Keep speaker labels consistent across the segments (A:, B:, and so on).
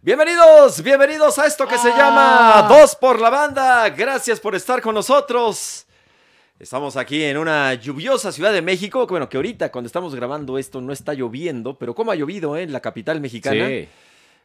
A: Bienvenidos, bienvenidos a esto que se
B: Ah.
A: llama Dos por la Banda. Gracias por estar con nosotros. Estamos aquí en una lluviosa Ciudad de México. que, Bueno, que ahorita cuando estamos grabando esto no está lloviendo, pero como ha llovido eh, en la capital mexicana.
B: Sí.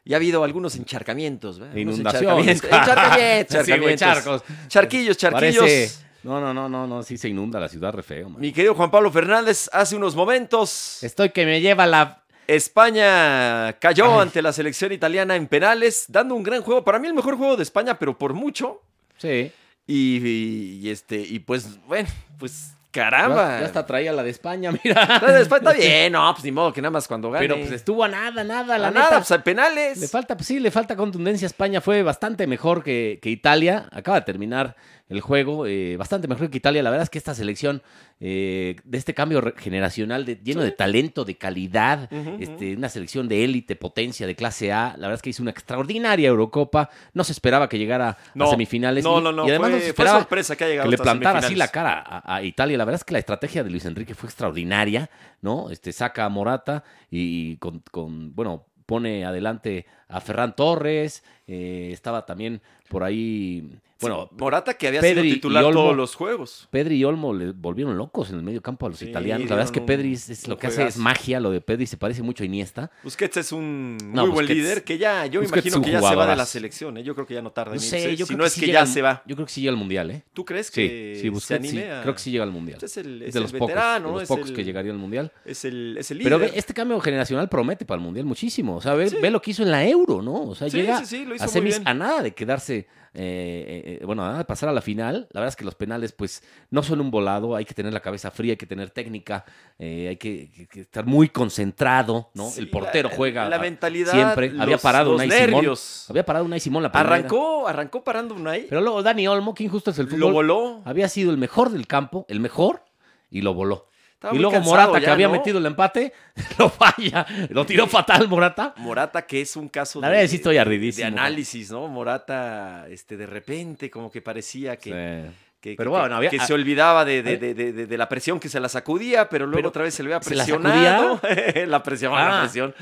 A: Y ha habido algunos encharcamientos. ¿verdad? Algunos
B: Inundaciones.
A: Encharcamientos.
B: Sí, güey,
A: encharcamientos.
B: charcos.
A: Charquillos, charquillos.
B: Parece- No, no, no, no, no, sí se inunda la ciudad re feo, man.
A: Mi querido Juan Pablo Fernández, hace unos momentos
C: Estoy que me lleva la.
A: España cayó ante la selección italiana en penales, dando un gran juego. Para mí el mejor juego de España, pero por mucho.
B: Sí.
A: Y, y- y este, y pues, bueno, pues
B: Ya,
A: caramba.
B: ya hasta traía la de España, mira.
A: La de España está bien, no, pues ni modo que nada más cuando gane.
B: Pero pues estuvo a nada, nada, la
A: A nada,
B: neta.
A: pues a penales.
B: Le falta, pues sí, le falta contundencia. España fue bastante mejor que, que Italia. Acaba de terminar el juego, eh, bastante mejor que Italia. La verdad es que esta selección eh, de este cambio re- generacional, de- lleno de talento, de calidad,
A: Ujú,
B: este, una selección de élite, potencia, de clase A. La verdad es que hizo una extraordinaria Eurocopa. No se esperaba que llegara a semifinales.
A: No,
B: y-
A: no, no.
B: Y
A: fue,
B: además no se
A: fue
B: esperaba
A: sorpresa que ha llegado
B: que le
A: hasta
B: plantara así la
A: semifinales.
B: cara a, a Italia. La verdad es que la estrategia de Luis Enrique fue extraordinaria, ¿no? Este saca a Morata y, y con, con- bueno, pone adelante a Ferran Torres. eh, estaba también por ahí, bueno,
A: Sí, Morata que había sido
B: Pedri y
A: titular
B: Olmo.
A: todos los juegos.
B: Pedri y Olmo le volvieron locos en el medio campo a los
A: Sí,
B: italianos. La verdad es que
A: dieron un-
B: Pedri es, es lo
A: un
B: que hace es
A: juegazo.
B: magia, lo de Pedri se parece mucho a Iniesta.
A: Busquets es un
B: No,
A: muy buen
B: Busquets-
A: líder que ya, yo me
B: Busquets es
A: imagino
B: un
A: que ya se va de la
B: jugadorazo.
A: selección. ¿eh? Yo creo que ya no tarda
B: No
A: en irse.
B: sé, yo
A: si
B: creo
A: no
B: que
A: es
B: sí
A: que
B: llega
A: ya
B: al-
A: se va.
B: Yo creo que sí llega al Mundial, ¿eh?
A: ¿Tú crees que
B: Sí, sí,
A: se
B: Busquets sí,
A: anime a-
B: creo que sí llega al Mundial.
A: Este es el,
B: Es
A: es
B: de
A: el
B: los pocos,
A: veterano,
B: de los
A: es,
B: pocos
A: el,
B: que llegaría al Mundial.
A: es el es el líder.
B: Pero ve, este cambio generacional promete para el Mundial muchísimo. O sea, ve,
A: Sí.
B: ve lo que hizo en la Euro, ¿no? O sea,
A: Sí,
B: llega
A: sí, sí, lo hizo
B: a
A: muy
B: semis
A: bien.
B: a nada de quedarse, eh, eh, eh, bueno, a nada de pasar a la final. La verdad es que los penales, pues, no son un volado. Hay que tener la cabeza fría, hay que tener técnica, eh, hay que, que- que estar muy concentrado, ¿no?
A: Sí,
B: el portero
A: la-
B: juega
A: la
B: a-
A: mentalidad,
B: siempre. había
A: los-
B: parado
A: los
B: Unai Simón.
A: nervios.
B: Había parado Unai Simón la primera.
A: Arrancó, arrancó parando Unai,
B: Pero luego Dani Olmo, que injusto es el
A: lo
B: fútbol,
A: voló.
B: había sido el mejor del campo, el mejor, y lo voló.
A: Estaba
B: y
A: muy
B: luego
A: cansado
B: Morata,
A: ya,
B: que había
A: ¿no?
B: metido el empate, lo falla. Lo tiró fatal Morata.
A: Morata, que es un caso
B: La verdad, sí estoy ardidísimo.
A: de análisis, ¿no? Morata, este, de repente, como que parecía que,
B: Sí.
A: que-
B: Pero
A: que-
B: bueno, había-
A: que
B: a-
A: se olvidaba de, de-
B: había-
A: de- de- de- de la presión que se la sacudía, pero luego
B: Pero,
A: otra vez se le había
B: ¿se la
A: presionado. la presión, la
B: Ah.
A: presión.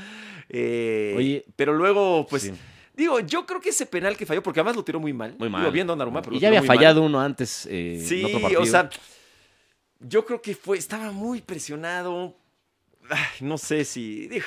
A: Eh,
B: Oye.
A: pero luego, pues,
B: Sí.
A: digo, yo creo que ese penal que falló, porque además lo tiró muy mal.
B: Muy
A: Digo,
B: mal.
A: bien Donnarumma, pero
B: y
A: lo tiró
B: ya había
A: muy mal.
B: fallado uno antes eh,
A: Sí,
B: en otro partido.
A: o sea, yo creo que fue, estaba muy presionado. Ay, no sé si, dijo,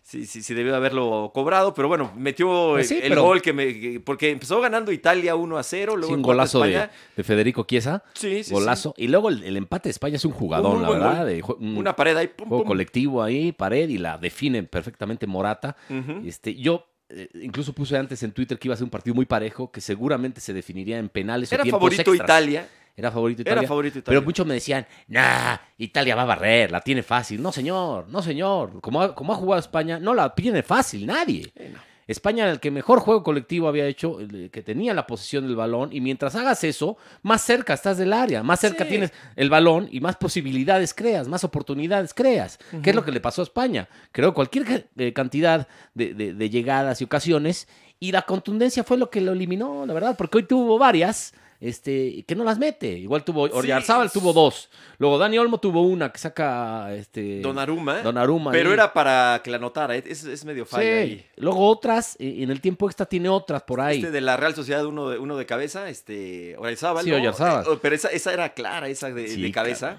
A: si, si, si debió de haberlo cobrado, pero bueno, metió
B: Pues sí,
A: el
B: pero-
A: gol que me, que- porque empezó ganando Italia 1 a 0, luego
B: Sí, un
A: empató
B: golazo de,
A: España.
B: de Federico Chiesa.
A: Sí, sí,
B: golazo. Y luego el, el empate de España es un
A: Un
B: jugadón,
A: muy
B: la
A: buen gol.
B: verdad. de jue-
A: sí.
B: un
A: Una pared ahí, pum,
B: juego
A: pum.
B: colectivo ahí, pared, y la define perfectamente Morata.
A: Ujú.
B: Este, yo eh, incluso puse antes en Twitter que iba a ser un partido muy parejo, que seguramente se definiría en penales o
A: Era
B: tiempos
A: favorito
B: extras.
A: Italia,
B: Era favorito Italia.
A: Era favorito Italia.
B: Pero muchos me decían, nah, Italia va a barrer, la tiene fácil. No, señor, no, señor. Como ha, como ha jugado España, no la tiene fácil nadie.
A: Eh, no.
B: España, el que mejor juego colectivo había hecho, el que tenía la posesión del balón, y mientras hagas eso, más cerca estás del área, más cerca
A: Sí.
B: tienes el balón y más posibilidades creas, más oportunidades creas, que es lo que le pasó a España. Creo cualquier ca- eh, cantidad de, de- de llegadas y ocasiones, y la contundencia fue lo que lo eliminó, la verdad, porque hoy tuvo varias. Este, que no las mete. Igual tuvo Oryarzabal
A: Sí.
B: tuvo dos. Luego Dani Olmo tuvo una que saca este
A: Donnarumma, ¿eh?
B: Donnarumma
A: pero
B: ahí.
A: era para que la anotara, eh, es, es medio falla
B: Sí.
A: ahí.
B: Luego otras, eh, en el tiempo extra tiene otras por ahí.
A: Este de la Real Sociedad, uno de, uno de cabeza, este, Oraizábal.
B: Sí,
A: ¿no?
B: Oyarzábal.
A: Eh, Pero esa, esa era clara, esa de,
B: Sí,
A: de cabeza.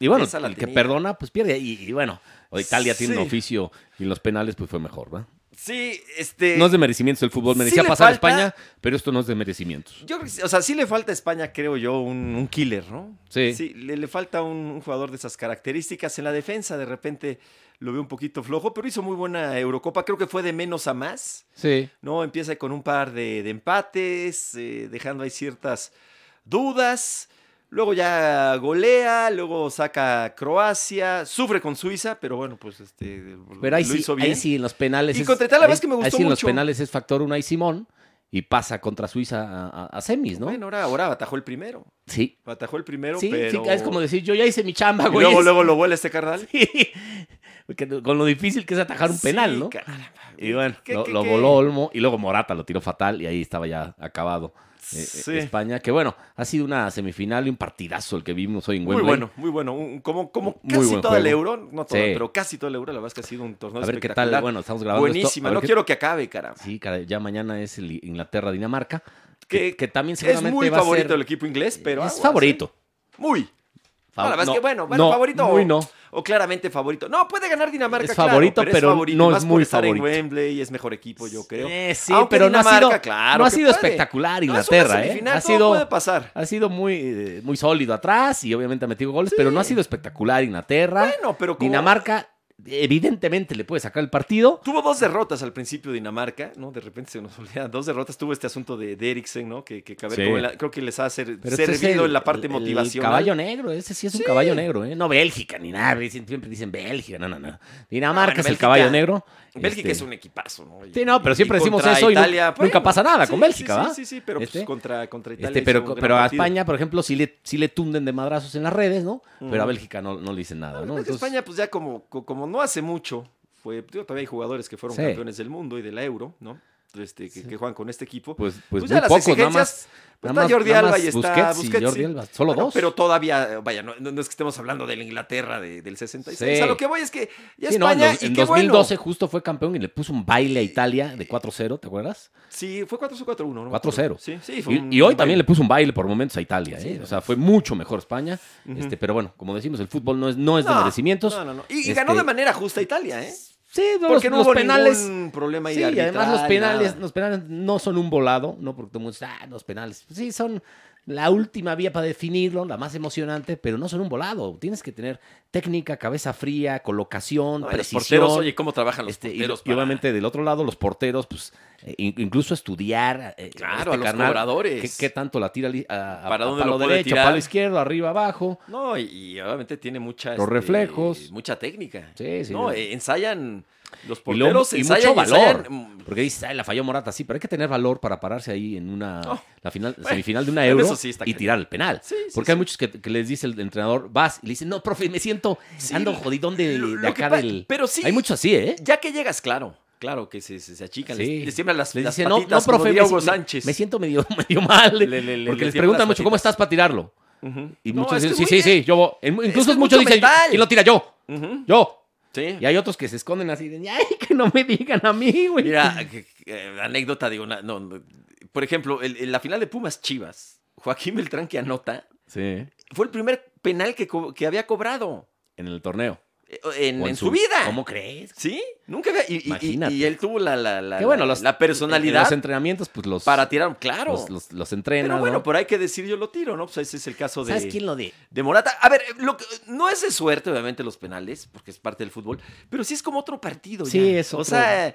B: Y bueno,
A: Esa la
B: el que
A: tenía.
B: perdona, pues pierde. Y, y bueno, o Italia tiene
A: Sí.
B: un oficio y en los penales, pues fue mejor, ¿verdad?
A: Sí, este.
B: no es de merecimientos el fútbol.
A: sí
B: Merecía
A: le
B: pasar a
A: falta-
B: España, pero esto no es de merecimientos.
A: Yo creo que sí, o sea, sí le falta a España, creo yo, un, un killer, ¿no?
B: Sí.
A: le, le falta un, un jugador de esas características. En la defensa, de repente lo veo un poquito flojo, pero hizo muy buena Eurocopa. Creo que fue de menos a más,
B: Sí.
A: ¿no? Empieza con un par de, de empates, eh, dejando ahí ciertas dudas. Luego ya golea, luego saca a Croacia, sufre con Suiza, pero bueno, pues este.
B: Pero ahí,
A: lo
B: sí,
A: hizo
B: ahí
A: bien.
B: sí, en los penales.
A: Y
B: es-
A: contra Italia, la
B: ahí-
A: verdad es que me
B: ahí
A: gustó
B: sí en los
A: mucho.
B: penales es factor una y Simón y pasa contra Suiza a, a- a semis, ¿no?
A: Bueno, ahora, ahora atajó el primero.
B: sí.
A: Atajó el primero,
B: Sí,
A: pero...
B: sí, es como decir, yo ya hice mi chamba,
A: Y
B: güey.
A: luego,
B: es-
A: luego lo vuela este carnal.
B: Porque con lo difícil que es atajar un penal,
A: Sí,
B: ¿no?
A: caramba.
B: Y bueno,
A: ¿Qué-
B: lo,
A: qué-
B: lo
A: qué?
B: voló Olmo y luego Morata lo tiró fatal y ahí estaba ya acabado eh, eh,
A: Sí.
B: España, que bueno, ha sido una semifinal y un partidazo el que vimos hoy en
A: Muy
B: Wembley.
A: bueno, muy bueno. Un- como como
B: Muy
A: casi
B: buen
A: todo el
B: juego.
A: euro, no todo,
B: Sí.
A: pero casi todo el euro, la verdad es que ha sido un torneo
B: A ver qué
A: espectacular.
B: tal, bueno, estamos grabando esto,
A: Buenísima,
B: a ver
A: no
B: qué-
A: quiero que acabe, caramba.
B: Sí, caray, ya mañana es el Inglaterra-Dinamarca,
A: Que
B: que, que también
A: es
B: seguramente
A: muy
B: va a
A: favorito
B: ser-
A: el equipo inglés, pero...
B: es
A: aguas, ¿eh?
B: favorito.
A: Muy. No, la
B: Fav-
A: verdad
B: no,
A: es que bueno, bueno,
B: no,
A: favorito
B: Muy
A: o,
B: no.
A: o claramente favorito. No, puede ganar Dinamarca,
B: Es
A: claro,
B: favorito,
A: es
B: pero
A: favorito,
B: no
A: más
B: es
A: por
B: muy
A: estar en
B: favorito.
A: Wembley y es mejor equipo, pues yo creo.
B: Eh, sí,
A: Aunque
B: pero no ha sido,
A: Dinamarca, claro
B: no ha
A: que
B: sido
A: puede.
B: espectacular
A: No, es una
B: Inglaterra, ¿eh?
A: semifinal,
B: Ha
A: todo
B: sido,
A: puede pasar.
B: ha sido muy, eh, muy sólido atrás y obviamente ha metido goles, pero no ha sido espectacular Inglaterra.
A: Bueno, pero como-
B: Ah, Dinamarca, evidentemente, le puede sacar el partido.
A: Tuvo dos derrotas al principio Dinamarca, ¿no? De repente se nos olvida. Dos derrotas tuvo este asunto de, de Eriksen, ¿no? Que, que, que a ver
B: Sí.
A: cómo la- creo que les ha ser-
B: Pero este
A: servido
B: es el-
A: en la parte
B: el- el
A: motivacional.
B: caballo negro, ese sí es un caballo negro, ¿eh? No Bélgica ni nada, dicen- siempre dicen Bélgica, no, no, no. Dinamarca
A: Bueno,
B: es el
A: Bélgica-
B: caballo negro.
A: Bélgica
B: Este,
A: es un equipazo, ¿no? Y-
B: Sí, no, pero
A: y
B: siempre decimos
A: contra
B: eso y nu- nunca
A: bueno,
B: pasa nada con
A: sí,
B: Bélgica,
A: sí,
B: ¿va?
A: Sí, sí, sí, pero pues,
B: Este,
A: contra, contra Italia.
B: este,
A: hizo
B: pero
A: un
B: co-
A: gran
B: pero a
A: partido.
B: España, por ejemplo, sí le, sí le tunden de madrazos en las redes, ¿no? Pero a
A: Ujú.
B: Bélgica no, no le dicen nada,
A: Bueno,
B: ¿no?
A: es que
B: Entonces,
A: España, pues ya como, co- como no hace mucho, fue, digo, todavía hay jugadores que fueron
B: Sí.
A: campeones del mundo y de la Euro, ¿no? Este, que, que juegan con este equipo.
B: pues,
A: Pues
B: pues,
A: ya
B: muy
A: las
B: pocos, nada
A: exigencias,
B: más.
A: Pues está
B: nada más-
A: Jordi
B: nada más
A: Alba y está
B: Busquets y
A: Busquets.
B: Jordi
A: sí.
B: Alba, solo
A: Bueno,
B: dos.
A: Pero todavía, eh, vaya, no, no- no es que estemos hablando de la Inglaterra de- del 66.
B: Sí.
A: A lo que voy es que ya
B: Sí, no, en
A: España
B: dos-
A: y
B: en
A: qué
B: 2012
A: bueno.
B: justo fue campeón y le puso un baile a Italia de 4-0, ¿te acuerdas?
A: Sí, fue 4 4-1. no me
B: 4-0.
A: acuerdo. Sí, sí. fue un-
B: Y, y hoy
A: un
B: también le
A: baile.
B: puso un baile por momentos a Italia,
A: Sí,
B: ¿eh?
A: no.
B: O sea, fue mucho mejor España.
A: Ujú.
B: este, pero bueno, como decimos, el fútbol no es, no es de
A: No,
B: merecimientos.
A: no, no, no. Y, y ganó
B: este-
A: de manera justa Italia, ¿eh?
B: Sí, no,
A: Porque no
B: los, los
A: hubo
B: penales.
A: ningún problema ahí
B: Sí, y además los
A: arbitral,
B: penales,
A: nada.
B: los penales no son un volado, ¿no? Porque todo el mundo dice, ah, los penales. Pues sí, son la última vía para definirlo, la más emocionante, pero no son un volado. Tienes que tener técnica, cabeza fría,
A: No, y
B: colocación,
A: los
B: precisión.
A: porteros, oye, ¿cómo trabajan los
B: este, y,
A: porteros?
B: y
A: para-
B: obviamente del otro lado, los porteros, pues, eh, in- incluso estudiar. eh,
A: Claro, a los
B: carnal,
A: cobradores.
B: ¿qué, qué tanto la tira li- a, a-
A: ¿Para
B: a
A: dónde
B: palo
A: lo puede
B: derecho,
A: tirar?
B: palo izquierdo, arriba, abajo?
A: No, y, y obviamente tiene mucha. este,
B: Los reflejos.
A: Mucha técnica.
B: Sí, sí.
A: No, eh, ensayan. Los
B: Y, luego-
A: porteros
B: y
A: ensayan
B: mucho
A: y
B: valor.
A: ensayan, mm,
B: porque dices, "Ay, la falló Morata, sí, pero hay que tener valor para pararse ahí en una
A: Oh,
B: la final,
A: bueno,
B: semifinal de una
A: pero
B: euro
A: eso sí está
B: y
A: cañón.
B: tirar el penal.
A: Sí, sí,
B: porque
A: sí.
B: hay muchos que, que les dice el entrenador, vas, y le dicen, no, profe, me siento,
A: Sí,
B: ando jodidón de,
A: lo-
B: de
A: lo que
B: acá
A: pa-
B: del.
A: pero sí.
B: Hay muchos así, ¿eh?
A: Ya que llegas, claro, claro, que se, se, se achican,
B: Sí.
A: les, les tiemblan las,
B: Les
A: las
B: dice, no,
A: patitas,
B: no,
A: como
B: profe,
A: diría
B: me,
A: Hugo
B: me-
A: Sánchez.
B: me siento medio, medio mal.
A: Le- le- le- le
B: porque les
A: tiemblan
B: preguntan
A: las
B: mucho, ¿cómo
A: patitas.
B: estás para tirarlo?
A: Ujú.
B: Y
A: No,
B: muchos
A: es que
B: dicen, sí,
A: es
B: sí,
A: muy-
B: sí, yo voy. En-
A: es
B: Incluso
A: mucho
B: muchos dicen,
A: mental.
B: y lo tira yo,
A: Ujú.
B: yo.
A: Sí.
B: Y hay otros que se esconden así, de, ay, que no me digan a mí, güey.
A: Mira, que- que- anécdota, digo, na- no, no. por ejemplo, el- en la final de Pumas Chivas, Joaquín Beltrán que anota,
B: Sí,
A: fue el primer penal que, co- que había cobrado
B: en el torneo.
A: eh, en,
B: O
A: en su, vida.
B: ¿Cómo crees?
A: ¿Sí? Nunca había. y- y- Y,
B: Imagínate.
A: y él tuvo la, la, la,
B: Que bueno,
A: la-
B: los-
A: la personalidad
B: en Los entrenamientos, pues los.
A: para tirar, claro.
B: Los, los, los entrena.
A: pero bueno,
B: ¿no?
A: por ahí que decir yo lo tiro, ¿no? Pues ese es el caso de.
B: ¿Sabes quién lo de?
A: De Morata. A ver, lo que- no es de suerte, obviamente, los penales, porque es parte del fútbol, pero sí es como otro partido. ya.
B: Sí, es
A: O
B: otro.
A: sea,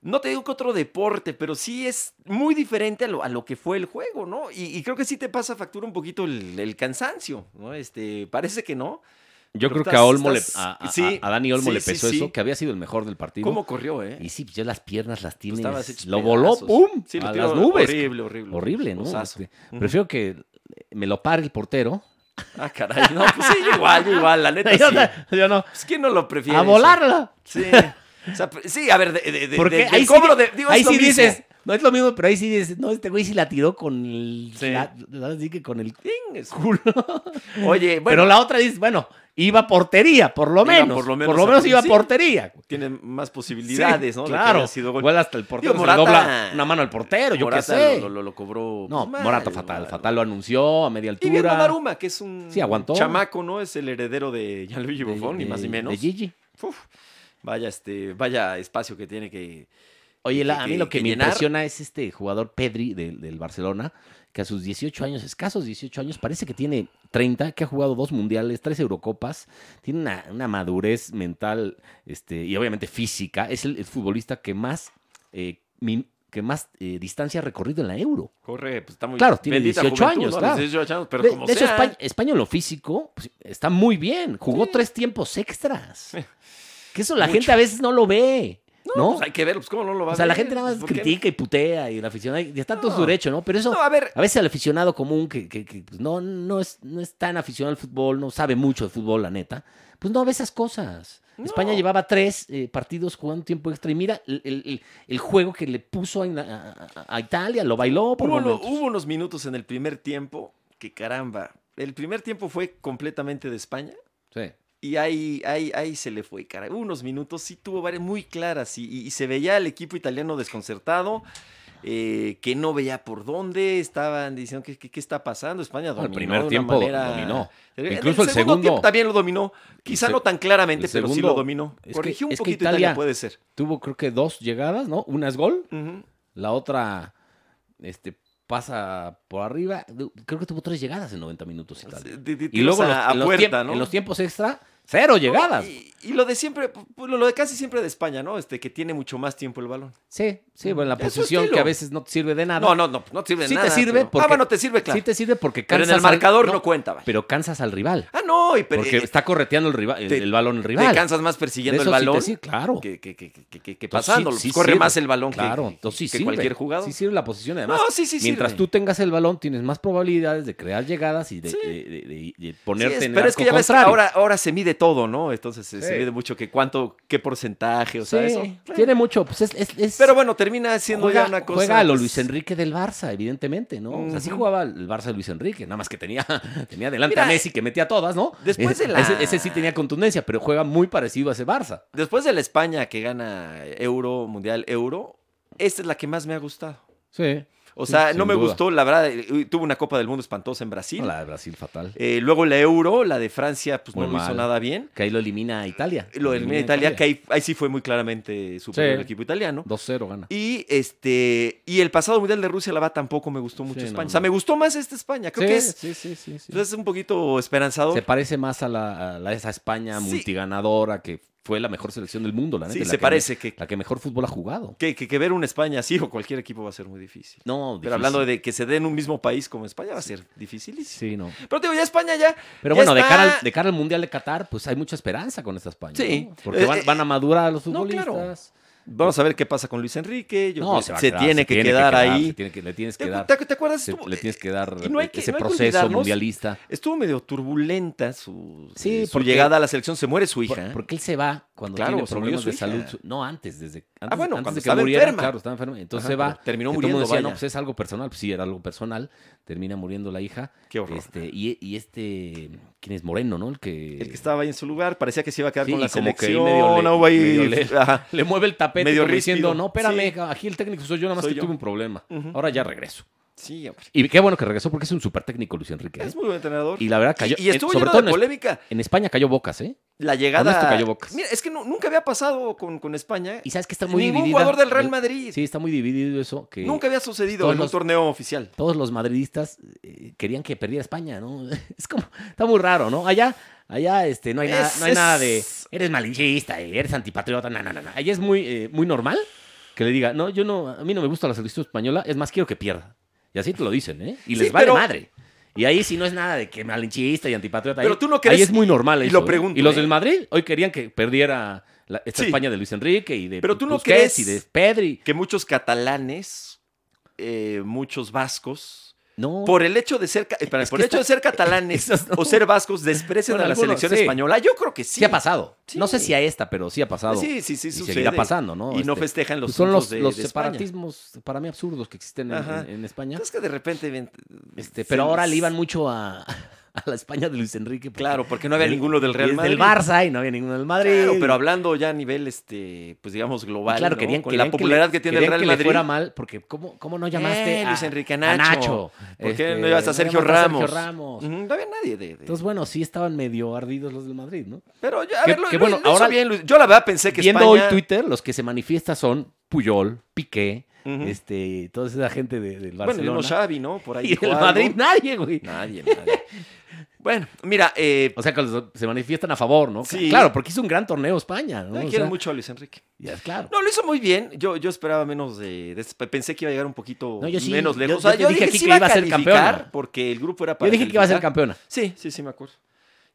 A: no te digo que otro deporte, pero sí es muy diferente a lo, a lo que fue el juego, ¿no? Y, y creo que sí te pasa factura un poquito el, el cansancio, ¿no? Este, parece que no. Pero
B: Yo creo que
A: estás-
B: a Olmo le-
A: estás-
B: a, a-
A: sí,
B: a Dani Olmo
A: sí,
B: le
A: sí,
B: pesó
A: sí.
B: eso, que había sido el mejor del partido.
A: ¿Cómo corrió, eh?
B: Y sí, pues, yo las piernas las
A: Pues
B: tienes.
A: estabas hecho
B: lo voló,
A: pedazos.
B: ¡pum!
A: Sí, lo
B: a
A: tiró
B: las nubes.
A: Horrible, horrible.
B: Horrible, ¿no?
A: Osazo.
B: Este,
A: Ujú.
B: Prefiero que me lo pare el portero.
A: Ah, caray. No, pues sí, yo igual, yo igual, la neta.
B: yo,
A: Sí.
B: no- yo no.
A: Es que no lo prefiere.
B: ¡A
A: eso?
B: volarla!
A: Sí. O sea, pues, sí, a ver, de, de, de,
B: Porque
A: de- del
B: ahí sí,
A: cobro de. digo,
B: ahí
A: es lo
B: sí
A: mismo.
B: dices. No es lo mismo, pero ahí sí dices. No, este güey sí la tiró con el.
A: Sí.
B: la- la- así que con el
A: Chingues.
B: culo.
A: Oye, bueno,
B: Pero la otra dice, bueno, iba a portería, por lo
A: Iba
B: menos. Por lo menos, iba a
A: sí.
B: portería.
A: tiene más posibilidades,
B: Sí,
A: ¿no? de que
B: Claro.
A: haya sido gol.
B: Igual hasta el portero
A: Digo,
B: se le
A: Morata-
B: dobla una mano al portero, yo qué
A: Morata
B: sé.
A: Lo, lo- lo cobró.
B: no,
A: pues, mal,
B: Morata fatal,
A: mal.
B: fatal lo anunció a media altura.
A: Y bien Donnarumma, que es un
B: Sí, aguantó.
A: chamaco, ¿no? Es el heredero de Gianluigi
B: De-
A: Buffon, ni
B: de-
A: más ni menos.
B: De Gigi.
A: Uf, vaya, este, vaya espacio que tiene que.
B: Oye, la- a
A: que-
B: mí lo que,
A: que
B: me
A: llenar.
B: impresiona es este jugador Pedri del, del Barcelona, que a sus 18 años, escasos 18 años, parece que tiene 30, que ha jugado dos mundiales, tres Eurocopas, tiene una, una madurez mental este, y obviamente física. Es el, el futbolista que más, eh, mi- que más eh, distancia ha recorrido en la Euro.
A: Corre, pues está muy.
B: Claro, tiene
A: bendita
B: 18
A: juventud,
B: años,
A: ¿no?
B: claro.
A: 18 años, pero
B: de
A: como
B: de hecho,
A: sea,
B: España, España en lo físico pues, está muy bien. Jugó
A: Sí.
B: tres tiempos extras. Que eso la
A: Mucho.
B: gente a veces no lo ve. ¿no?
A: Pues hay que verlo, pues cómo no lo va a
B: o sea, la
A: ver?
B: gente nada más
A: ¿Por qué no?
B: critica y putea y el aficionado, y está todo
A: No.
B: su derecho, ¿no? Pero eso,
A: No, a ver,
B: a veces el aficionado común que, que- que, pues, no, no, es, no es tan aficionado al fútbol, no sabe mucho de fútbol, la neta, pues no ve esas cosas. España
A: No.
B: llevaba tres eh, partidos jugando tiempo extra y mira el, el- el- el juego que le puso a, a- a Italia, lo bailó por
A: Hubo, uno-
B: momentos.
A: hubo unos minutos en el primer tiempo que caramba. El primer tiempo fue completamente de España
B: Sí.
A: y ahí, ahí, ahí se le fue, cara. Hubo unos minutos, sí tuvo varias muy claras y, y- y se veía el equipo italiano desconcertado. eh, que no veía por dónde, estaban diciendo que, que- qué está pasando, España dominó.
B: el primer
A: de una
B: tiempo
A: manera-
B: dominó.
A: Eh,
B: Incluso el segundo-
A: tiempo también lo dominó, quizá
B: se-
A: no tan claramente,
B: el
A: pero sí
B: segundo-
A: lo dominó.
B: es que-
A: Corrigió un
B: es que
A: poquito
B: Italia-
A: Italia, puede ser.
B: Tuvo creo que dos llegadas, ¿no? Una es gol,
A: Ujú.
B: la otra este, pasa por arriba. Creo que tuvo tres llegadas en 90 minutos Italia.
A: De- de-
B: Y
A: tiros
B: luego en los-
A: a, a
B: en los
A: puerta,
B: tiemp-
A: ¿no?
B: en los tiempos extra, cero llegadas.
A: Y, y lo de siempre, pu- pu- lo de casi siempre de España, ¿no? Este, que tiene mucho más tiempo el balón.
B: Sí, sí, bueno, la
A: Es su
B: posición que
A: estilo.
B: a veces no te sirve de nada.
A: No, no, no, no te sirve de
B: Sí te
A: nada.
B: sirve
A: pero-
B: porque-
A: Ah, bueno, te sirve, claro.
B: Sí te sirve porque
A: pero
B: cansas
A: en el
B: al-
A: marcador no,
B: no,
A: cuenta, vaya.
B: Pero cansas al rival.
A: Ah, no, y pero,
B: Porque
A: eh,
B: está correteando el, rival, el,
A: te-
B: el balón el
A: te
B: rival.
A: cansas más persiguiendo
B: Eso
A: el
B: sí te
A: balón
B: sirve, claro.
A: que, que, que, que, que, que
B: Entonces,
A: pasándolo.
B: sí- sí
A: Corre
B: sirve.
A: más el balón que-
B: claro,
A: que,
B: entonces sí
A: que
B: sirve.
A: cualquier jugador.
B: Sí sirve la posición. Además,
A: no, sí, sí
B: mientras
A: sirve.
B: tú tengas el balón, tienes más probabilidades de crear llegadas y de,
A: Sí.
B: de- de- de- de
A: Sí,
B: ponerte
A: es-
B: en el
A: pero es que
B: arco
A: ya ves,
B: contrario.
A: ahora, ahora se mide todo, ¿no? Entonces se- se
B: Sí.
A: mide mucho que cuánto, qué porcentaje, o sea,
B: Sí,
A: eso.
B: tiene mucho. Pues es, es- es-
A: Pero bueno, termina siendo
B: juega,
A: ya una cosa.
B: juega a lo
A: pues,
B: Luis Enrique del Barça, evidentemente, ¿no? O sea, sí
A: Ujú.
B: jugaba el Barça de Luis Enrique, nada más que tenía, tenía delante a
A: Mira,
B: Messi que metía todas, ¿no?
A: después de la-
B: Ese, ese sí tenía contundencia, pero juega muy parecido a ese Barça.
A: Después de la España que gana Euro, Mundial Euro, esta es la que más me ha gustado.
B: Sí.
A: O
B: Sí,
A: sea,
B: sin
A: no me
B: duda.
A: gustó, la verdad, eh, tuvo una Copa del Mundo espantosa en Brasil.
B: La de Brasil fatal.
A: Eh, luego la Euro, la de Francia, pues
B: Muy
A: no lo hizo
B: mal.
A: nada bien.
B: Que ahí lo elimina a Italia.
A: Lo del Italia, que ahí, ahí sí fue muy claramente superior
B: Sí.
A: el equipo italiano.
B: 2-0 gana.
A: Y este y el pasado Mundial de Rusia, la va tampoco me gustó mucho
B: Sí, no,
A: España. O sea,
B: no.
A: me gustó más esta España. Creo que es,
B: sí, sí, sí, sí.
A: es un poquito esperanzador.
B: Se parece más a, la, a la- esa España
A: Sí.
B: multiganadora que fue la mejor selección del mundo, la neta.
A: sí,
B: y la
A: se
B: que-
A: parece que,
B: La que mejor fútbol ha jugado.
A: que, que- que ver una España así o cualquier equipo va a ser muy difícil.
B: No,
A: Pero hablando de que se dé en un mismo país como España, va a ser difícil.
B: Sí, no.
A: Pero te digo, ya España ya.
B: Pero
A: ya
B: bueno, de
A: está-
B: cara, al, de cara al Mundial de Qatar, pues hay mucha esperanza con esta España.
A: Sí.
B: ¿no? Porque van,
A: Eh,
B: van a madurar los
A: no, claro.
B: futbolistas.
A: Vamos a ver qué pasa con Luis Enrique. Yo creo que
B: va a
A: se
B: quedar,
A: tiene
B: se
A: que quedar
B: se
A: ahí.
B: tiene que- le tienes que
A: ¿Te,
B: dar.
A: te- te acuerdas?
B: se-
A: Estuvo,
B: le tienes que dar
A: y no hay que-
B: ese
A: no hay que
B: proceso
A: olvidarnos
B: mundialista.
A: estuvo medio turbulenta su, eh,
B: Sí,
A: su
B: porque-
A: llegada a la selección. Se muere su
B: Por-
A: hija. ¿eh?
B: porque él se va cuando
A: Claro,
B: tiene
A: se murió
B: problemas
A: su
B: de
A: hija. Ah,
B: salud. su- No, antes, desde antes,
A: bueno,
B: antes
A: cuando
B: de que
A: estaba
B: muriera,
A: enferma.
B: claro, estaba enferma. Entonces
A: Ajá,
B: se va.
A: pero Terminó
B: que todo el
A: muriendo.
B: mundo decía, no,
A: vaya.
B: pues es algo personal. Pues sí, era algo personal. Termina muriendo la hija.
A: Qué horror.
B: Este, y, y este, ¿quién es Moreno, no? El que,
A: El que estaba ahí en su lugar parecía que se iba a quedar
B: Sí,
A: con la
B: y como que ahí
A: selección.
B: medio le-
A: no hubo ahí-
B: medio le-
A: ajá.
B: le mueve el tapete
A: Medio
B: como diciendo,
A: ríspido.
B: no, espérame,
A: Sí.
B: aquí el técnico soy yo, nada más
A: Soy
B: que
A: yo.
B: tuve un problema.
A: Ujú.
B: Ahora ya regreso.
A: Sí, hombre.
B: Y qué bueno que regresó porque es un súper técnico Luis Enrique. ¿eh?
A: Es muy buen entrenador.
B: Y la verdad cayó,
A: Y, y estuvo
B: eh, sobre
A: lleno
B: todo
A: de
B: en,
A: polémica.
B: en España cayó bocas, ¿eh?
A: La llegada.
B: Honesto, cayó bocas.
A: Mira, es que no- nunca había pasado con, con España.
B: Y sabes que está muy
A: Ningún
B: dividida.
A: jugador del Real Madrid.
B: Sí, está muy dividido eso. Que
A: nunca había sucedido
B: todos
A: en un
B: los-
A: torneo oficial.
B: todos los madridistas eh, querían que perdiera España, ¿no? Es como, está muy raro, ¿no? Allá, allá, este, no hay, nada,
A: Es-
B: no hay nada de,
A: es-
B: eres malinchista, eh, eres antipatriota, no, no, no, no. Allá es muy, eh, muy normal que le diga, no, yo no, a mí no me gusta la selección española, es más, quiero que pierda. Y así te lo dicen, ¿eh? Y les
A: Sí,
B: vale
A: pero-
B: madre. Y ahí sí no es nada de que malinchista y antipatriota.
A: Pero
B: ahí-
A: tú no crees-
B: Ahí es muy normal
A: y
B: eso,
A: lo
B: ¿eh?
A: pregunto,
B: Y los
A: ¿eh?
B: del Madrid hoy querían que perdiera la- esta
A: Sí.
B: España de Luis Enrique y de
A: Pero tú no
B: Busquets
A: crees-
B: y de Pedri.
A: Que muchos catalanes, eh, muchos vascos,
B: No.
A: por el hecho de ser, ca- eh, para-
B: Es
A: por
B: que
A: el hecho de ser catalanes o ser vascos, desprecian
B: Bueno,
A: a la
B: algunos,
A: selección
B: sí.
A: española. Yo creo que sí.
B: Sí ha pasado.
A: Sí.
B: No sé si a esta, pero sí ha pasado.
A: Sí, sí, sí,
B: y
A: sucede.
B: seguirá pasando, ¿no?
A: Y no
B: Este,
A: festejan los
B: son los,
A: triunfos de-
B: los
A: de España.
B: separatismos para mí absurdos que existen en,
A: Ajá.
B: en- en España.
A: Es que de repente. ven-
B: Este,
A: se
B: pero ahora
A: les-
B: le iban mucho a, a la España de Luis Enrique. porque
A: Claro, porque no había
B: el-
A: ninguno del Real
B: es
A: Madrid.
B: Del Barça y no había ninguno del Madrid.
A: Claro, pero hablando ya a nivel, este, pues digamos,
B: Y
A: global.
B: claro,
A: ¿no?
B: querían,
A: Con
B: querían
A: la popularidad que,
B: le-
A: tiene el
B: querían
A: Real
B: que
A: Madrid.
B: le fuera mal, porque ¿cómo, cómo no llamaste
A: Eh,
B: a
A: Luis Enrique, a Nacho. ¿Por qué no
B: Este,
A: llevas a Sergio
B: llamaste
A: Ramos? Mm.
B: Sergio Ramos.
A: Ujú, No había nadie de. de-
B: Entonces, bueno, sí estaban medio ardidos los del Madrid, ¿no?
A: pero yo, a
B: que-
A: ver, lo-
B: que
A: lo-
B: bueno,
A: lo hizo
B: ahora-
A: bien, Luis. yo la verdad pensé que
B: Viendo
A: España.
B: hoy Twitter, los que se manifiestan son Puyol, Piqué,
A: Ujú.
B: este, toda esa gente de-
A: bueno, y
B: del Barcelona.
A: uno Xavi, ¿no? Por ahí.
B: y
A: dijo
B: del
A: algo.
B: Madrid nadie, güey.
A: Nadie, nadie. bueno, mira, eh,
B: O sea, que los- se manifiestan a favor, ¿no?
A: Sí.
B: Claro, porque hizo un gran torneo España, ¿no?
A: eh,
B: O
A: quiero
B: sea,
A: mucho a Luis Enrique.
B: ya es claro.
A: No, lo hizo muy bien. Yo, yo esperaba menos de, de- Pensé que iba a llegar un poquito
B: No, yo sí.
A: menos
B: Yo-
A: lejos.
B: yo
A: O sea,
B: te
A: yo
B: dije
A: dije
B: aquí
A: sí
B: que
A: iba
B: iba a ser
A: calificar
B: campeona.
A: Porque el grupo era para.
B: Yo dije que iba a ser
A: calificar.
B: campeona.
A: Sí, sí, sí, me acuerdo.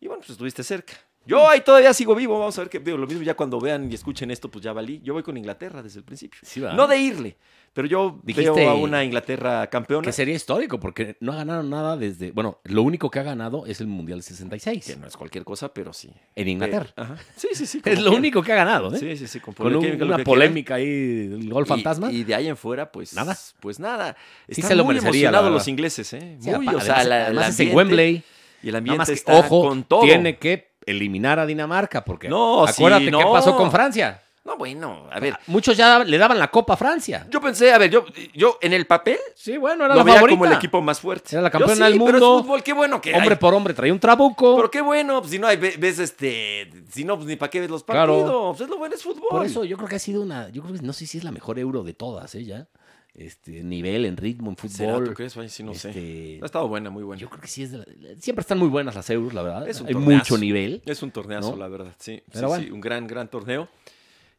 A: Y bueno, pues estuviste cerca. Yo ahí todavía sigo vivo, vamos a ver que digo, lo mismo ya cuando vean y escuchen esto, pues ya valí. Yo voy con Inglaterra desde el principio.
B: Sí, ¿verdad?
A: No de irle, pero yo
B: Dijiste-
A: veo a una Inglaterra campeona.
B: Que sería histórico, porque no ha ganado nada desde. Bueno, lo único que ha ganado es el Mundial 66
A: Que no es cualquier cosa, pero sí.
B: en Inglaterra.
A: Ajá. Sí, sí, sí.
B: es
A: como
B: lo
A: quiera.
B: único que ha ganado, ¿eh?
A: Sí, sí, sí. Con,
B: Con un-
A: polémica, lo
B: una
A: que quieran.
B: polémica ahí, el gol
A: Y-
B: fantasma.
A: Y, de ahí en fuera, pues
B: Nada.
A: Pues nada.
B: Sí
A: Están
B: se lo
A: muy
B: merecería, la
A: emocionados
B: verdad.
A: los ingleses, ¿eh?
B: Sí,
A: muy,
B: apa-
A: o sea,
B: además-
A: la, el
B: además es en
A: ambiente-
B: Wembley.
A: Y el
B: Nada
A: ambiente
B: más que,
A: está
B: ojo,
A: con todo.
B: tiene que eliminar a Dinamarca, porque
A: No, sí,
B: acuérdate qué
A: no.
B: pasó con Francia.
A: No, bueno, a ver.
B: Muchos ya le daban la copa a Francia.
A: Yo pensé, a ver, yo, yo en el papel
B: Sí, bueno, era
A: lo
B: la
A: veía
B: favorita.
A: como el equipo más fuerte.
B: Era la
A: Yo
B: campeona
A: sí,
B: del
A: Pero
B: mundo.
A: es fútbol, qué bueno que
B: hombre pues,
A: hay.
B: por hombre, traía un trabuco.
A: Pero qué bueno, pues, si no hay, ve- ves este, si no, pues ni para qué ves los
B: Claro.
A: partidos. Pues, es lo bueno, es fútbol.
B: Por eso yo creo que ha sido una, yo creo que no sé si es la mejor euro de todas, ¿eh? Ya. Este, en nivel, en ritmo, en
A: ¿Será,
B: fútbol.
A: tú crees? Ay, sí, no sé.
B: Este,
A: Ha estado buena, muy buena.
B: Yo creo que sí es de la- Siempre están muy buenas las euros, la verdad.
A: Es un
B: Hay
A: torneazo.
B: mucho nivel.
A: Es un torneazo,
B: ¿No?
A: la verdad, sí.
B: Pero
A: sí,
B: bueno.
A: sí, un gran, gran torneo.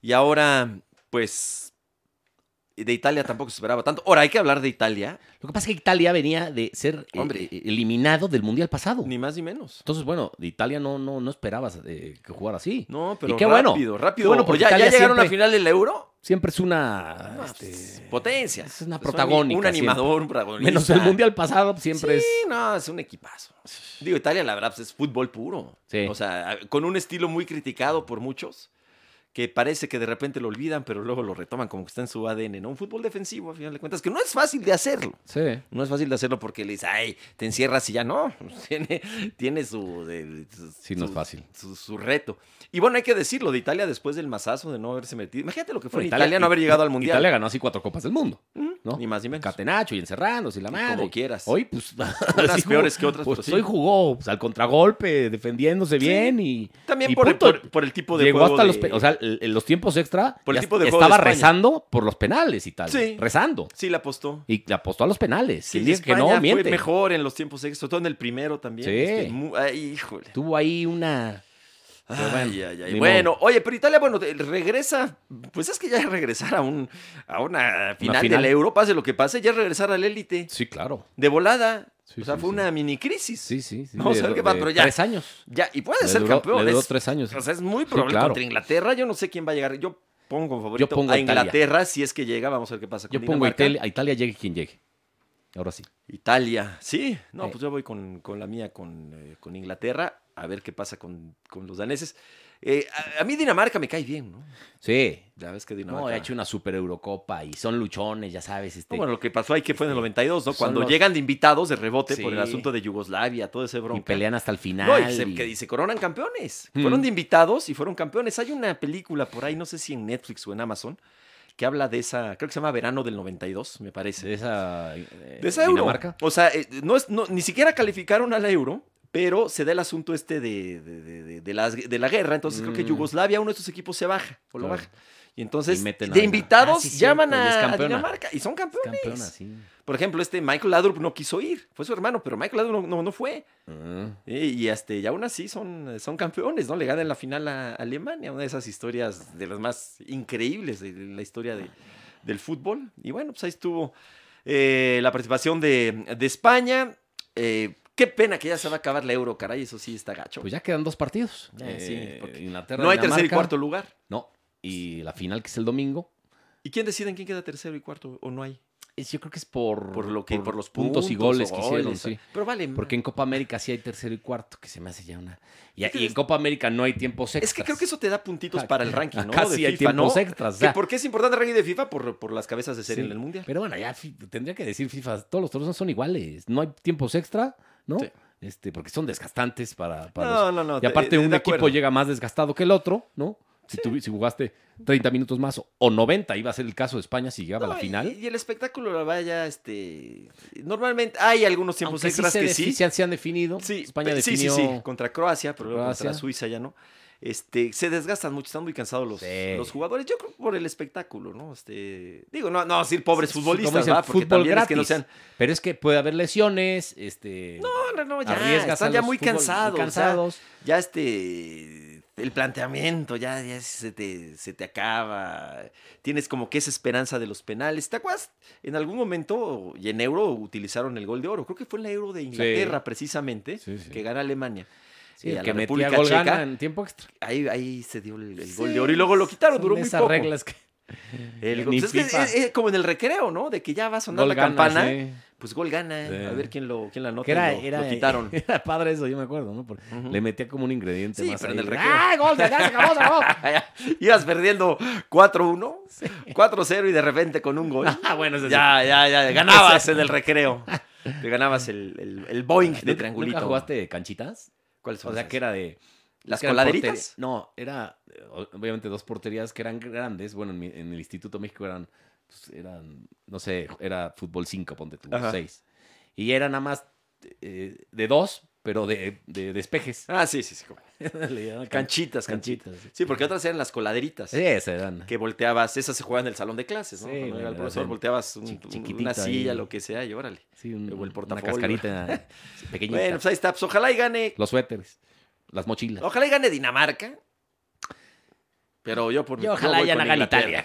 A: Y ahora, pues, de Italia tampoco se esperaba tanto. Ahora, hay que hablar de Italia,
B: Lo que pasa es que Italia venía de ser eh,
A: Hombre.
B: eh, eliminado del Mundial pasado.
A: ni más ni menos.
B: Entonces, bueno, de Italia no, no, no esperabas eh, que jugara así.
A: No, pero
B: Y qué bueno.
A: rápido, rápido. Pues
B: Qué bueno, porque
A: ya, ya
B: Italia
A: llegaron a
B: siempre-
A: final del Euro.
B: Siempre es una.
A: No,
B: este,
A: pues, potencia.
B: es una
A: Pues, un-
B: protagónica
A: Un animador, un protagonista.
B: menos el Mundial pasado, siempre
A: sí,
B: es.
A: no, es un equipazo. Digo, Italia, la verdad, pues, es fútbol puro.
B: Sí.
A: O sea, con un estilo muy criticado por muchos, que parece que de repente lo olvidan, pero luego lo retoman como que está en su ADN, ¿no? Un fútbol defensivo, a final de cuentas, que no es fácil de hacerlo.
B: Sí.
A: No es fácil de hacerlo porque le dices, ay, te encierras y ya no. Tiene, tiene su, de- su-
B: Sí, no es
A: su-
B: fácil.
A: Su, su reto. Y bueno, hay que decirlo, de Italia después del mazazo de no haberse metido. Imagínate lo que fue en Italia, no haber llegado al Mundial.
B: Italia ganó así cuatro copas del mundo.
A: Ujú,
B: ¿no?
A: Ni más ni menos.
B: Catenacho y encerrándose y la
A: Y
B: madre.
A: como quieras.
B: Hoy, pues.
A: Unas peores que otras,
B: Pues,
A: pero sí.
B: hoy jugó pues, al contragolpe, defendiéndose
A: Sí.
B: bien y.
A: También
B: y
A: por,
B: punto.
A: por- por el tipo de
B: Llegó
A: juego
B: hasta
A: de-
B: los. pe- O sea, el- el- los tiempos extra.
A: Por el
B: ya
A: tipo de juego de
B: estaba
A: España.
B: rezando por los penales y tal.
A: Sí.
B: Rezando.
A: Sí, le apostó.
B: Y le apostó a los penales.
A: Sí,
B: Quien
A: y
B: diga que
A: España
B: no, miente.
A: Fue mejor en los tiempos extras, sobre todo en el primero también.
B: Sí.
A: Este, mu- ay, híjole.
B: Tuvo ahí una. Pero bueno,
A: Ay, ay, ay.
B: ni
A: Bueno, oye, pero Italia, bueno, te- regresa, pues es que ya es regresar a, un, a una final, de
B: final.
A: la Euro, pase lo que pase, ya es regresar al élite,
B: Sí, claro.
A: de volada.
B: Sí,
A: o sea,
B: sí,
A: fue
B: sí.
A: una mini crisis.
B: Sí, sí. sí
A: Vamos a
B: de-
A: ver qué va,
B: de
A: pero ya.
B: Tres años.
A: Ya, y puede
B: Le
A: ser
B: duró-
A: campeón.
B: le duró
A: es,
B: tres años.
A: o sea, es muy probable
B: claro.
A: contra Inglaterra. Yo no sé quién va a llegar. Yo pongo como favorito
B: pongo
A: a
B: a Italia.
A: Inglaterra si es que llega. Vamos a ver qué pasa con
B: Yo pongo a
A: Dinamarca.
B: Italia, a Italia llegue quien llegue. Ahora sí.
A: Italia, sí. No,
B: Sí.
A: pues yo voy con, con la mía, con, eh, con Inglaterra, a ver qué pasa con, con los daneses. Eh, a, a mí Dinamarca me cae bien, ¿no?
B: Sí.
A: La verdad es que Dinamarca...
B: No, ha hecho una super Eurocopa y son luchones, ya sabes. Este,
A: No, bueno, lo que pasó ahí que fue en el 92, ¿no?
B: Son
A: Cuando
B: los-
A: llegan de invitados de rebote por el
B: Sí.
A: asunto de Yugoslavia, todo ese
B: y
A: bronca.
B: pelean hasta el final.
A: No, y se,
B: y-
A: que dice, coronan campeones.
B: Mm.
A: Fueron de invitados y fueron campeones. Hay una película por ahí, no sé si en Netflix o en Amazon, que habla de esa, creo que se llama Verano del 92, me parece.
B: de esa, eh,
A: De esa euro.
B: Dinamarca.
A: O sea, eh, no es, no- ni siquiera calificaron al euro, pero se da el asunto este de, de- de- de- de las- de la guerra. Entonces creo que
B: Mm.
A: Yugoslavia, uno de estos equipos se baja o lo
B: Claro.
A: baja. Y entonces,
B: Y meten a
A: de
B: Dinamarca.
A: invitados,
B: Ah, sí, cierto,
A: llaman
B: y es
A: a, a
B: campeona.
A: Dinamarca y son
B: Es
A: campeones.
B: Campeona, sí.
A: Por ejemplo, este Michael Laudrup no quiso ir, fue su hermano, pero Michael Laudrup no, no- no fue.
B: Mm.
A: Eh, Y, este, y aún así son, son campeones, ¿no? Le ganan la final a Alemania, una de esas historias de las más increíbles de de la historia de- del fútbol. Y bueno, pues ahí estuvo eh, la participación de, de España. Eh, qué pena que ya se va a acabar la Euro, caray, eso sí está gacho.
B: Pues ya quedan dos partidos.
A: Eh, sí, porque
B: Inglaterra,
A: no hay
B: Dinamarca.
A: tercer y cuarto lugar.
B: No. Y la final, que es el domingo.
A: ¿Y quién decide en quién queda tercero y cuarto o no hay?
B: es- yo creo que es por,
A: Por lo que por, los
B: puntos, y goles
A: o ah.
B: que hicieron, sí.
A: Pero vale,
B: Porque en Copa América sí hay tercero y cuarto, que se me hace ya una. Y,
A: Es que
B: y en
A: es-
B: Copa América no hay tiempos extras.
A: es que creo que eso te da puntitos
B: Ajá,
A: para el ranking, ¿no?
B: Ah, Acá
A: de
B: sí hay
A: FIFA, ¿no?
B: tiempos extras. o
A: Que
B: sea,
A: ¿Por qué es importante el ranking de FIFA? Por, por las cabezas de serie
B: Sí.
A: en el Mundial.
B: Pero bueno, ya fi- tendría que decir FIFA, todos los torneos son iguales, no hay tiempos extra, ¿no?
A: Sí.
B: Este, porque son desgastantes para, para
A: No,
B: los-
A: no, no. de-
B: Y
A: de-
B: aparte
A: de
B: un equipo
A: acuerdo.
B: llega más desgastado que el otro, ¿no? Si, tuvi- si jugaste 30 minutos más o- o 90, iba a ser el caso de España si llegaba a
A: No,
B: la
A: y-
B: final.
A: Y, el espectáculo la vaya, este. Normalmente pues, hay algunos tiempos
B: Aunque
A: extras
B: sí se,
A: que
B: de-
A: sí.
B: sí se han, se han definido.
A: Sí,
B: España
A: pe- sí, sí,
B: definió.
A: sí, Contra Croacia, pero luego contra
B: Croacia.
A: Suiza ya no. Este, se desgastan mucho, están muy cansados los,
B: Sí.
A: los jugadores. Yo creo por el espectáculo, ¿no? Este, digo, no, no decir pobres
B: Sí,
A: futbolistas,
B: como dicen,
A: ¿verdad? Porque
B: fútbol
A: también es que no
B: gratis.
A: sean.
B: Pero es que puede haber lesiones, este.
A: No, no, no, ya
B: arriesgas a
A: están ya
B: los
A: muy
B: fútbol-
A: cansados. o sea,
B: cansados.
A: ya este el planteamiento ya, ya se, te, se te acaba. Tienes como que esa esperanza de los penales. ¿Te acuerdas? En algún momento, y en Euro utilizaron el gol de oro. Creo que fue en la Euro de Inglaterra, precisamente,
B: Sí, sí.
A: que gana Alemania. Sí,
B: el
A: a la
B: que metía
A: República
B: gol
A: Checa.
B: gana en tiempo extra.
A: Ahí, ahí se dio el, el
B: Sí,
A: gol de oro y luego lo quitaron,
B: son
A: duró
B: de
A: muy
B: esas
A: poco.
B: reglas que
A: El-
B: Ni
A: pues es, que
B: FIFA.
A: es- es como en el recreo, ¿no? De que ya va a sonar la
B: gol gana,
A: campana.
B: sí.
A: Pues gol gana.
B: Sí.
A: A ver quién lo quién la anota.
B: Que
A: y
B: era,
A: lo,
B: era,
A: lo quitaron.
B: era padre eso, yo me acuerdo, ¿no? Porque
A: Ujú.
B: Le metía como un ingrediente
A: Sí,
B: más.
A: pero
B: ahí.
A: en el recreo.
B: ¡Ah, gol! ¡Ya se acabó, se acabó!
A: Ibas perdiendo 4-1, 4-0 y de repente con un gol.
B: Ah, bueno, ese sí.
A: ya, ya, ya. Ganabas en el recreo. Te ganabas el, el, el Boeing de
B: ¿Nunca-
A: triangulito.
B: ¿Nunca jugaste canchitas?
A: ¿Cuáles son
B: O sea,
A: esas?
B: que era de...
A: ¿Las
B: que eran
A: coladeritas?
B: porteri- No, era eh, o- obviamente dos porterías que eran grandes. Bueno, en, mi- en el Instituto México eran, pues, eran, no sé, era fútbol 5, ponte tú,
A: Ajá.
B: 6. Y era nada más eh, de dos, pero de, de despejes.
A: Ah, sí, sí, sí. como-
B: Le llamaban can-
A: Canchitas, canchitas.
B: canchitas.
A: Sí, porque otras eran las coladeritas.
B: Sí, esas eran.
A: Que volteabas, esas se jugaban en el salón de clases, ¿no?
B: Sí,
A: Cuando
B: güey,
A: era el
B: la
A: profesor,
B: hacen
A: volteabas un-
B: chi-
A: un-
B: chiquitito
A: una
B: ahí.
A: silla, lo que sea, y órale.
B: Sí, un-
A: o el
B: una
A: portafolio.
B: cascarita pequeñita.
A: Bueno, pues ahí está. Pues ojalá y gane.
B: Los suéteres, las mochilas.
A: Ojalá y gane Dinamarca. Pero yo por mi-
B: Y
A: yo
B: ojalá
A: voy
B: ya
A: con
B: hagan
A: Inglaterra.
B: Italia.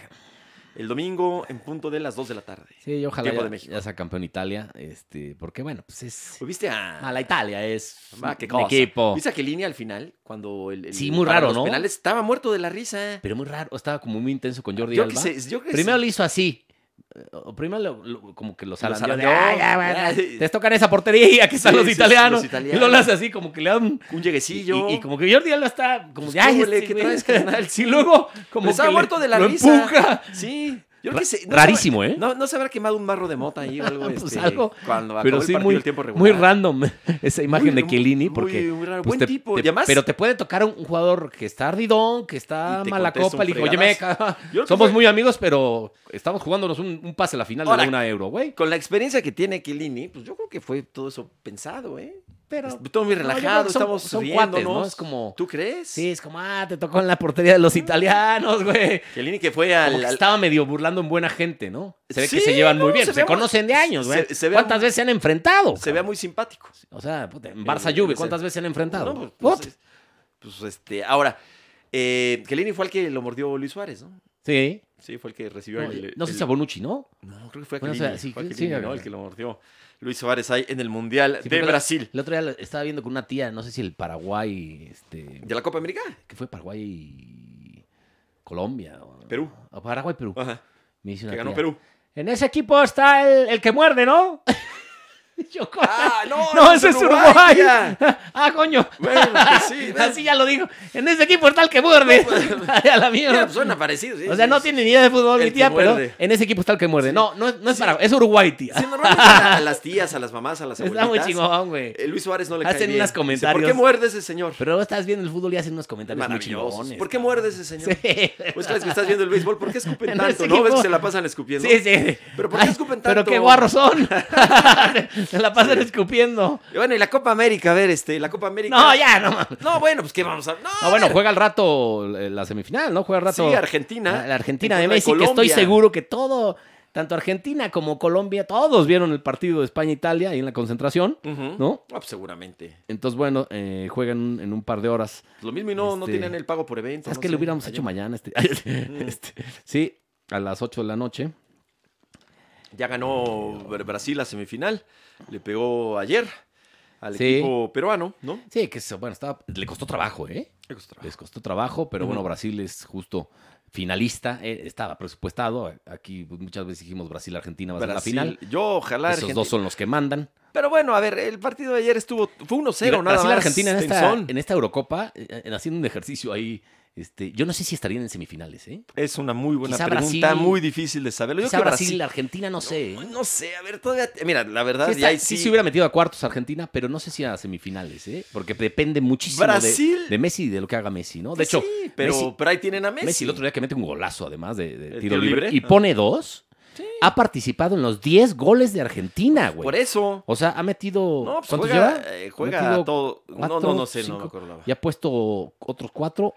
A: El domingo en punto de las 2 de la tarde.
B: Sí, yo ojalá
A: Tiempo
B: ya,
A: de México.
B: ya sea campeón Italia, este, porque bueno, pues es...
A: Pues, ¿Viste a,
B: A la Italia es
A: Ah, qué
B: un
A: cosa.
B: equipo.
A: ¿Viste a que línea al final? Cuando el, el-
B: Sí, muy
A: para
B: raro,
A: los
B: ¿no?
A: penales estaba muerto de la risa.
B: Pero muy raro, estaba como muy intenso con Jordi
A: Ah, Yo
B: Alba.
A: que sé, yo que
B: Primero
A: sé.
B: le hizo así. eh, O primero lo- lo- como que los
A: Lo
B: zarandeó. de,
A: zarandeó.
B: "Ay, ya, bueno,
A: Ay.
B: te tocan esa portería que están
A: Sí,
B: los,
A: sí, sí,
B: italianos.
A: los italianos.
B: Y lo lanza así, como que le dan.
A: un
B: Y,
A: lleguecillo.
B: y- y como que Jordi Alba está como
A: Pues,
B: de, ay,
A: ¿qué ole?
B: este
A: ¿Qué
B: güey".
A: traes, carnal?
B: Y luego, como
A: Pero estaba
B: que le-
A: muerto de la
B: lo
A: risa.
B: empuja.
A: Sí. Yo
B: Ra-
A: que sé,
B: rarísimo,
A: se habrá-
B: ¿eh?
A: No, no se habrá quemado un marro de mota ahí o algo.
B: Pues
A: este,
B: algo,
A: Cuando acabó
B: Pero
A: el
B: sí,
A: partido,
B: muy,
A: el tiempo regular.
B: muy random esa imagen
A: Muy-
B: de Chiellini,
A: muy-
B: porque.
A: muy raro.
B: pues,
A: Buen
B: te-
A: tipo.
B: te-
A: y además,
B: pero te puede tocar un jugador que está ardidón, que está
A: Y te
B: mala
A: contesta
B: copa.
A: un
B: Le dijo, oye, me,
A: fregadazo".
B: ca-
A: Yo creo que
B: somos
A: fue-
B: muy amigos, pero estamos jugándonos un, un pase a la final
A: Ahora,
B: de una euro, güey.
A: con la experiencia que tiene Kilini, pues yo creo que fue todo eso pensado, ¿eh?
B: Pero.
A: Est- todo muy
B: No, yo creo que
A: relajado,
B: son-
A: estamos
B: son
A: riéndonos.
B: cuates, ¿no? Es como.
A: ¿Tú crees?
B: Sí, es como, ah, te tocó en la portería de los italianos, güey.
A: Chiellini que fue
B: Como
A: al,
B: que
A: al-
B: estaba medio burlando en buena gente, ¿no? Se ve que
A: Sí,
B: se llevan muy
A: no,
B: bien,
A: se
B: se,
A: ve-
B: conocen de años,
A: se-
B: güey.
A: se ve-
B: ¿Cuántas veces se han enfrentado?
A: se vea muy simpático.
B: O sea, puta, en
A: Eh,
B: Barça Juve,
A: se-
B: ¿cuántas veces se han enfrentado?
A: No, pues,
B: Puta.
A: pues, es- pues, este, ahora, eh, Chiellini fue el que lo mordió Luis Suárez, ¿no?
B: sí.
A: Sí, fue el que recibió
B: No,
A: el,
B: no sé
A: el-
B: si a Bonucci, ¿no?
A: No, creo que fue a
B: Bueno, o
A: Chiellini,
B: sea, sí,
A: fue a
B: sí,
A: Chiellini,
B: sí,
A: ¿no?
B: a-
A: El que lo mordió Luis Suárez ahí en el Mundial de
B: Sí, porque la-
A: Brasil.
B: El otro día la- estaba viendo con una tía, no sé si el Paraguay, este,
A: ¿De la Copa América?
B: que fue Paraguay y Colombia. o-
A: Perú.
B: o Paraguay, Perú.
A: Ajá,
B: Me dice una
A: que ganó
B: tía,
A: Perú.
B: En ese equipo está el, el que muerde, ¿no? Y yo, ¿cuál?
A: ¡Ah, no!
B: no,
A: ese
B: ese es Uruguay. Ah, coño.
A: Bueno, pues sí. ¿ves?
B: Así ya lo dijo. En ese equipo está el que muerde. Ay, a la mierda.
A: Mira, pues, suena parecido. sí,
B: o sea,
A: sí,
B: no
A: sí.
B: tiene ni idea de fútbol,
A: El
B: mi
A: que
B: tía, pero
A: muerde.
B: en ese equipo está el que muerde.
A: Sí.
B: No, no, es- no es
A: Sí.
B: Paraguay, es Uruguay, tía.
A: Sí, normalmente a, a las tías, a las mamás, a las
B: Está
A: abuelitas.
B: muy chingón, güey.
A: eh, Luis Suárez no le
B: Hacen
A: cae bien.
B: unos
A: Dice,
B: comentarios.
A: ¿Por qué muerde ese señor?
B: Pero luego estás viendo el fútbol y hacen unos comentarios muy
A: Maravilloso.
B: chingones.
A: ¿Por qué muerde ese señor?
B: Sí.
A: Pues crees que estás viendo el béisbol, ¿por qué escupen
B: En
A: tanto?
B: ese
A: ¿No ves que
B: equipo-
A: se la pasan escupiendo?
B: Sí, sí.
A: Pero ¿por qué escupen
B: Pero
A: tanto?
B: qué guarros son. Se la pasan escupiendo.
A: Y bueno, y la Copa América, a ver, este, la Copa América.
B: No, ya, no mames.
A: No, bueno, pues qué vamos a. No,
B: No, bueno, juega al rato eh, la semifinal, ¿no? Juega al rato. Ah,
A: Sí, Argentina.
B: La, la Argentina
A: en contra
B: de Messi, que estoy
A: Colombia.
B: seguro que todo, tanto Argentina como Colombia, todos vieron el partido de España-Italia ahí en la concentración,
A: Ujú.
B: ¿no?
A: Ah, pues seguramente. Pues,
B: Entonces, bueno, eh, juegan en un par de horas.
A: Lo mismo y no, no
B: Este-
A: tenían el pago por evento.
B: ¿Sabes
A: no
B: qué
A: sé. Mm.
B: lo hubiéramos hecho
A: Allá-
B: mañana? Este, este, sí, a las 8 de la noche.
A: Ya ganó Br- Brasil la semifinal. Le pegó ayer al
B: Sí.
A: equipo peruano, ¿no?
B: Sí, que eso, bueno, estaba, le costó trabajo, ¿eh?
A: Qué cosa trabaja.
B: Les costó trabajo, pero bueno,
A: Ujú.
B: Brasil es justo finalista, eh, estaba presupuestado. Aquí pues, muchas veces dijimos Brasil-Argentina va a ser la
A: Brasil.
B: final.
A: Yo, ojalá.
B: Esos dos
A: Argentina-
B: son los que mandan.
A: Pero bueno, a ver, el partido de ayer estuvo. Fue 1-0,
B: Brasil,
A: nada más.
B: Argentina en esta,
A: tensón.
B: en esta Eurocopa, eh, en- haciendo un ejercicio ahí, este, yo no sé si estarían en semifinales, ¿eh?
A: Es una muy buena
B: Quizá
A: pregunta,
B: Brasil-
A: muy difícil de saberlo. Yo
B: Quizá
A: creo que
B: Brasil,
A: Brasil.
B: Argentina, no sé. ¿eh?
A: No sé, a ver, todavía. Mira, la verdad,
B: Sí,
A: ya
B: está-
A: ahí
B: sí
A: sí.
B: se hubiera metido a cuartos Argentina, pero no sé si a semifinales, ¿eh? Porque depende muchísimo de-
A: Brasil-
B: De, Messi y de lo que haga Messi, ¿no? De
A: Pues
B: hecho,
A: sí, pero,
B: Messi,
A: pero ahí tienen a Messi.
B: Messi el otro día que mete un golazo, además de, de
A: ¿El
B: tiro,
A: tiro
B: libre,
A: libre?
B: y
A: Ah.
B: pone dos,
A: Sí.
B: ha participado en los 10 goles de Argentina, güey.
A: Pues Por eso.
B: O sea, ha metido.
A: No, pues
B: ¿Cuántos
A: juega,
B: lleva?
A: eh,
B: Ha
A: juega
B: metido
A: a todo. no, no,
B: cuatro,
A: no sé, no
B: cinco,
A: me acordaba.
B: Y ha puesto otros cuatro.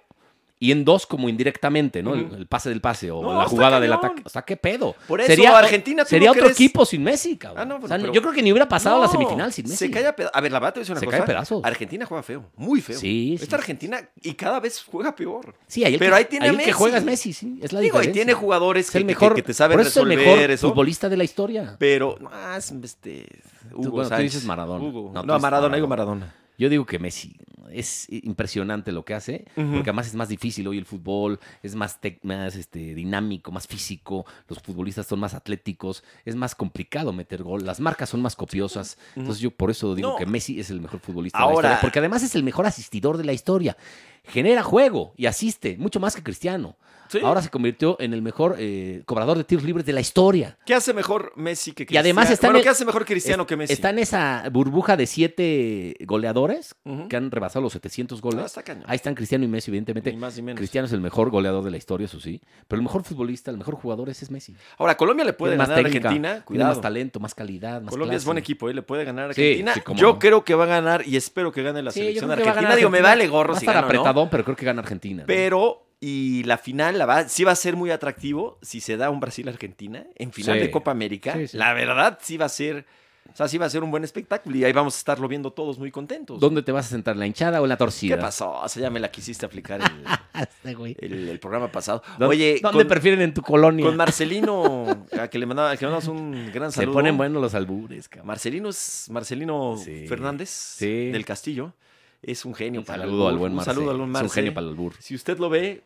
B: Y en dos, como indirectamente, ¿no?
A: Ujú.
B: El, el pase del pase o
A: No,
B: la
A: está
B: jugada del
A: cañón.
B: ataque. O sea, qué pedo.
A: Por eso, Argentina, ¿tú
B: sería
A: no
B: otro
A: crees?
B: equipo sin Messi, cabrón.
A: Ah, no, bueno,
B: O sea,
A: pero-
B: Yo creo que ni hubiera pasado a la
A: No,
B: semifinal sin Messi.
A: Se cae a pedazos. A ver, la verdad te voy a decir una
B: Se
A: cosa.
B: cae a pedazos.
A: Argentina juega feo, muy feo.
B: Sí, sí.
A: Esta Argentina y cada vez juega peor.
B: Sí, ahí el
A: Pero
B: que,
A: ahí tiene a
B: el
A: Messi.
B: que juega es Messi, sí. Es la
A: Digo, y
B: diferencia.
A: tiene jugadores
B: Es
A: que,
B: el
A: que-
B: mejor.
A: que te saben
B: por eso es el
A: resolver
B: mejor
A: eso.
B: futbolista de la historia.
A: Pero más, este. Hugo
B: bueno, tú
A: Sánchez.
B: dices Maradona.
A: Hugo.
B: No,
A: No,
B: tú dices
A: Maradona, digo
B: Maradona.
A: Maradona.
B: Yo digo que Messi. es impresionante lo que hace,
A: Ujú.
B: porque además es más difícil hoy el fútbol, es más, tec- más este, dinámico, más físico, los futbolistas son más atléticos, es más complicado meter gol, las marcas son más copiosas. Entonces yo por eso digo
A: No.
B: que Messi es el mejor futbolista de la
A: Ahora-
B: historia, porque además es el mejor asistidor de la historia. Genera juego y asiste, mucho más que Cristiano.
A: Sí.
B: Ahora se convirtió en el mejor eh, cobrador de tiros libres de la historia.
A: ¿Qué hace mejor Messi que
B: Y
A: Cristiano?
B: además está en
A: Bueno,
B: el-
A: ¿qué hace mejor Cristiano
B: Es-
A: que Messi?
B: Está en esa burbuja de siete goleadores
A: Ujú.
B: que han rebasado los 700 goles.
A: Ah, está cañón.
B: Ahí están Cristiano y Messi, evidentemente.
A: Ni más ni menos.
B: ¿eh? Cristiano es el mejor goleador de la historia, eso sí. Pero el mejor futbolista, el mejor jugador ese es Messi.
A: Ahora, Colombia le puede
B: Tiene más
A: ganar a
B: técnica,
A: Argentina.
B: tiene
A: Ah, Cuidado.
B: más talento, más calidad, más
A: Colombia es
B: clase.
A: buen equipo, ¿eh? le puede ganar a
B: Sí,
A: Argentina.
B: sí, cómo
A: yo
B: no.
A: creo que va a ganar y espero que gane la
B: Sí, yo
A: selección de
B: creo que va a
A: Argentina.
B: ganar
A: Digo, me
B: Argentina.
A: vale gorro
B: Va a
A: si
B: estar
A: gana o no,
B: apretadón, pero creo que gana Argentina. ¿no?
A: Pero, y la final la va, sí va a ser muy atractivo si se da un Brasil-Argentina en final
B: Sí.
A: de Copa América.
B: Sí, sí.
A: La verdad, sí va a ser. O sea, sí va a ser un buen espectáculo y ahí vamos a estarlo viendo todos muy contentos.
B: ¿Dónde te vas a sentar? ¿En la hinchada o en la
A: pues, ¿Qué
B: torcida?
A: pasó? O sea, ya me la quisiste aplicar el,
B: Este güey.
A: el- el programa pasado.
B: ¿Dó-
A: Oye,
B: ¿dónde
A: con-
B: prefieren en tu colonia?
A: Con Marcelino, a que le mandaba, al que le mandamos un gran
B: Se
A: saludo.
B: ponen buenos los albures, cabrón.
A: Marcelino es Marcelino
B: Sí.
A: Fernández
B: Sí.
A: del Castillo. Es un genio
B: Un
A: para el
B: saludo
A: albur,
B: al buen
A: Un
B: Marce.
A: saludo al buen
B: Es un
A: Marce.
B: genio para el albur.
A: Si usted lo ve,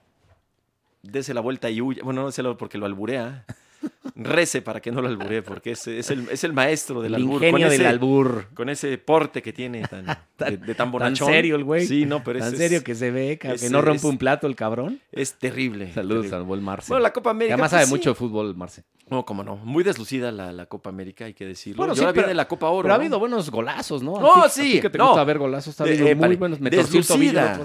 A: dese la vuelta y huya. Bueno, no déselo porque lo alburea. Rece para que no lo alburee, porque es, es el, es el maestro del
B: El
A: albur. con
B: ingenio
A: ese-
B: del albur.
A: Con ese porte que tiene tan, de, de tan
B: Tan
A: bonachón.
B: serio el güey.
A: Sí, no, pero
B: Tan
A: es,
B: serio que se ve, cabrón,
A: ese
B: que no rompe
A: es-
B: un plato el cabrón.
A: es, es terrible.
B: Saludos
A: terrible.
B: al buen Marce.
A: Bueno, la Copa
B: Que
A: América.
B: además
A: pues,
B: sabe
A: sí.
B: mucho de fútbol, Marce.
A: No, como no. Muy deslucida la, la Copa América, hay que decirlo.
B: Bueno,
A: y
B: sí,
A: ahora
B: pero-
A: viene la Copa Oro.
B: Pero ha
A: ¿no?
B: habido buenos golazos, ¿no? A
A: No,
B: ti- a
A: sí,
B: ti que te
A: no.
B: gusta ver golazos, ha
A: De-
B: habido
A: eh,
B: muy
A: pare-
B: buenos. Me torcí el tobillo el
A: deslucida.
B: otro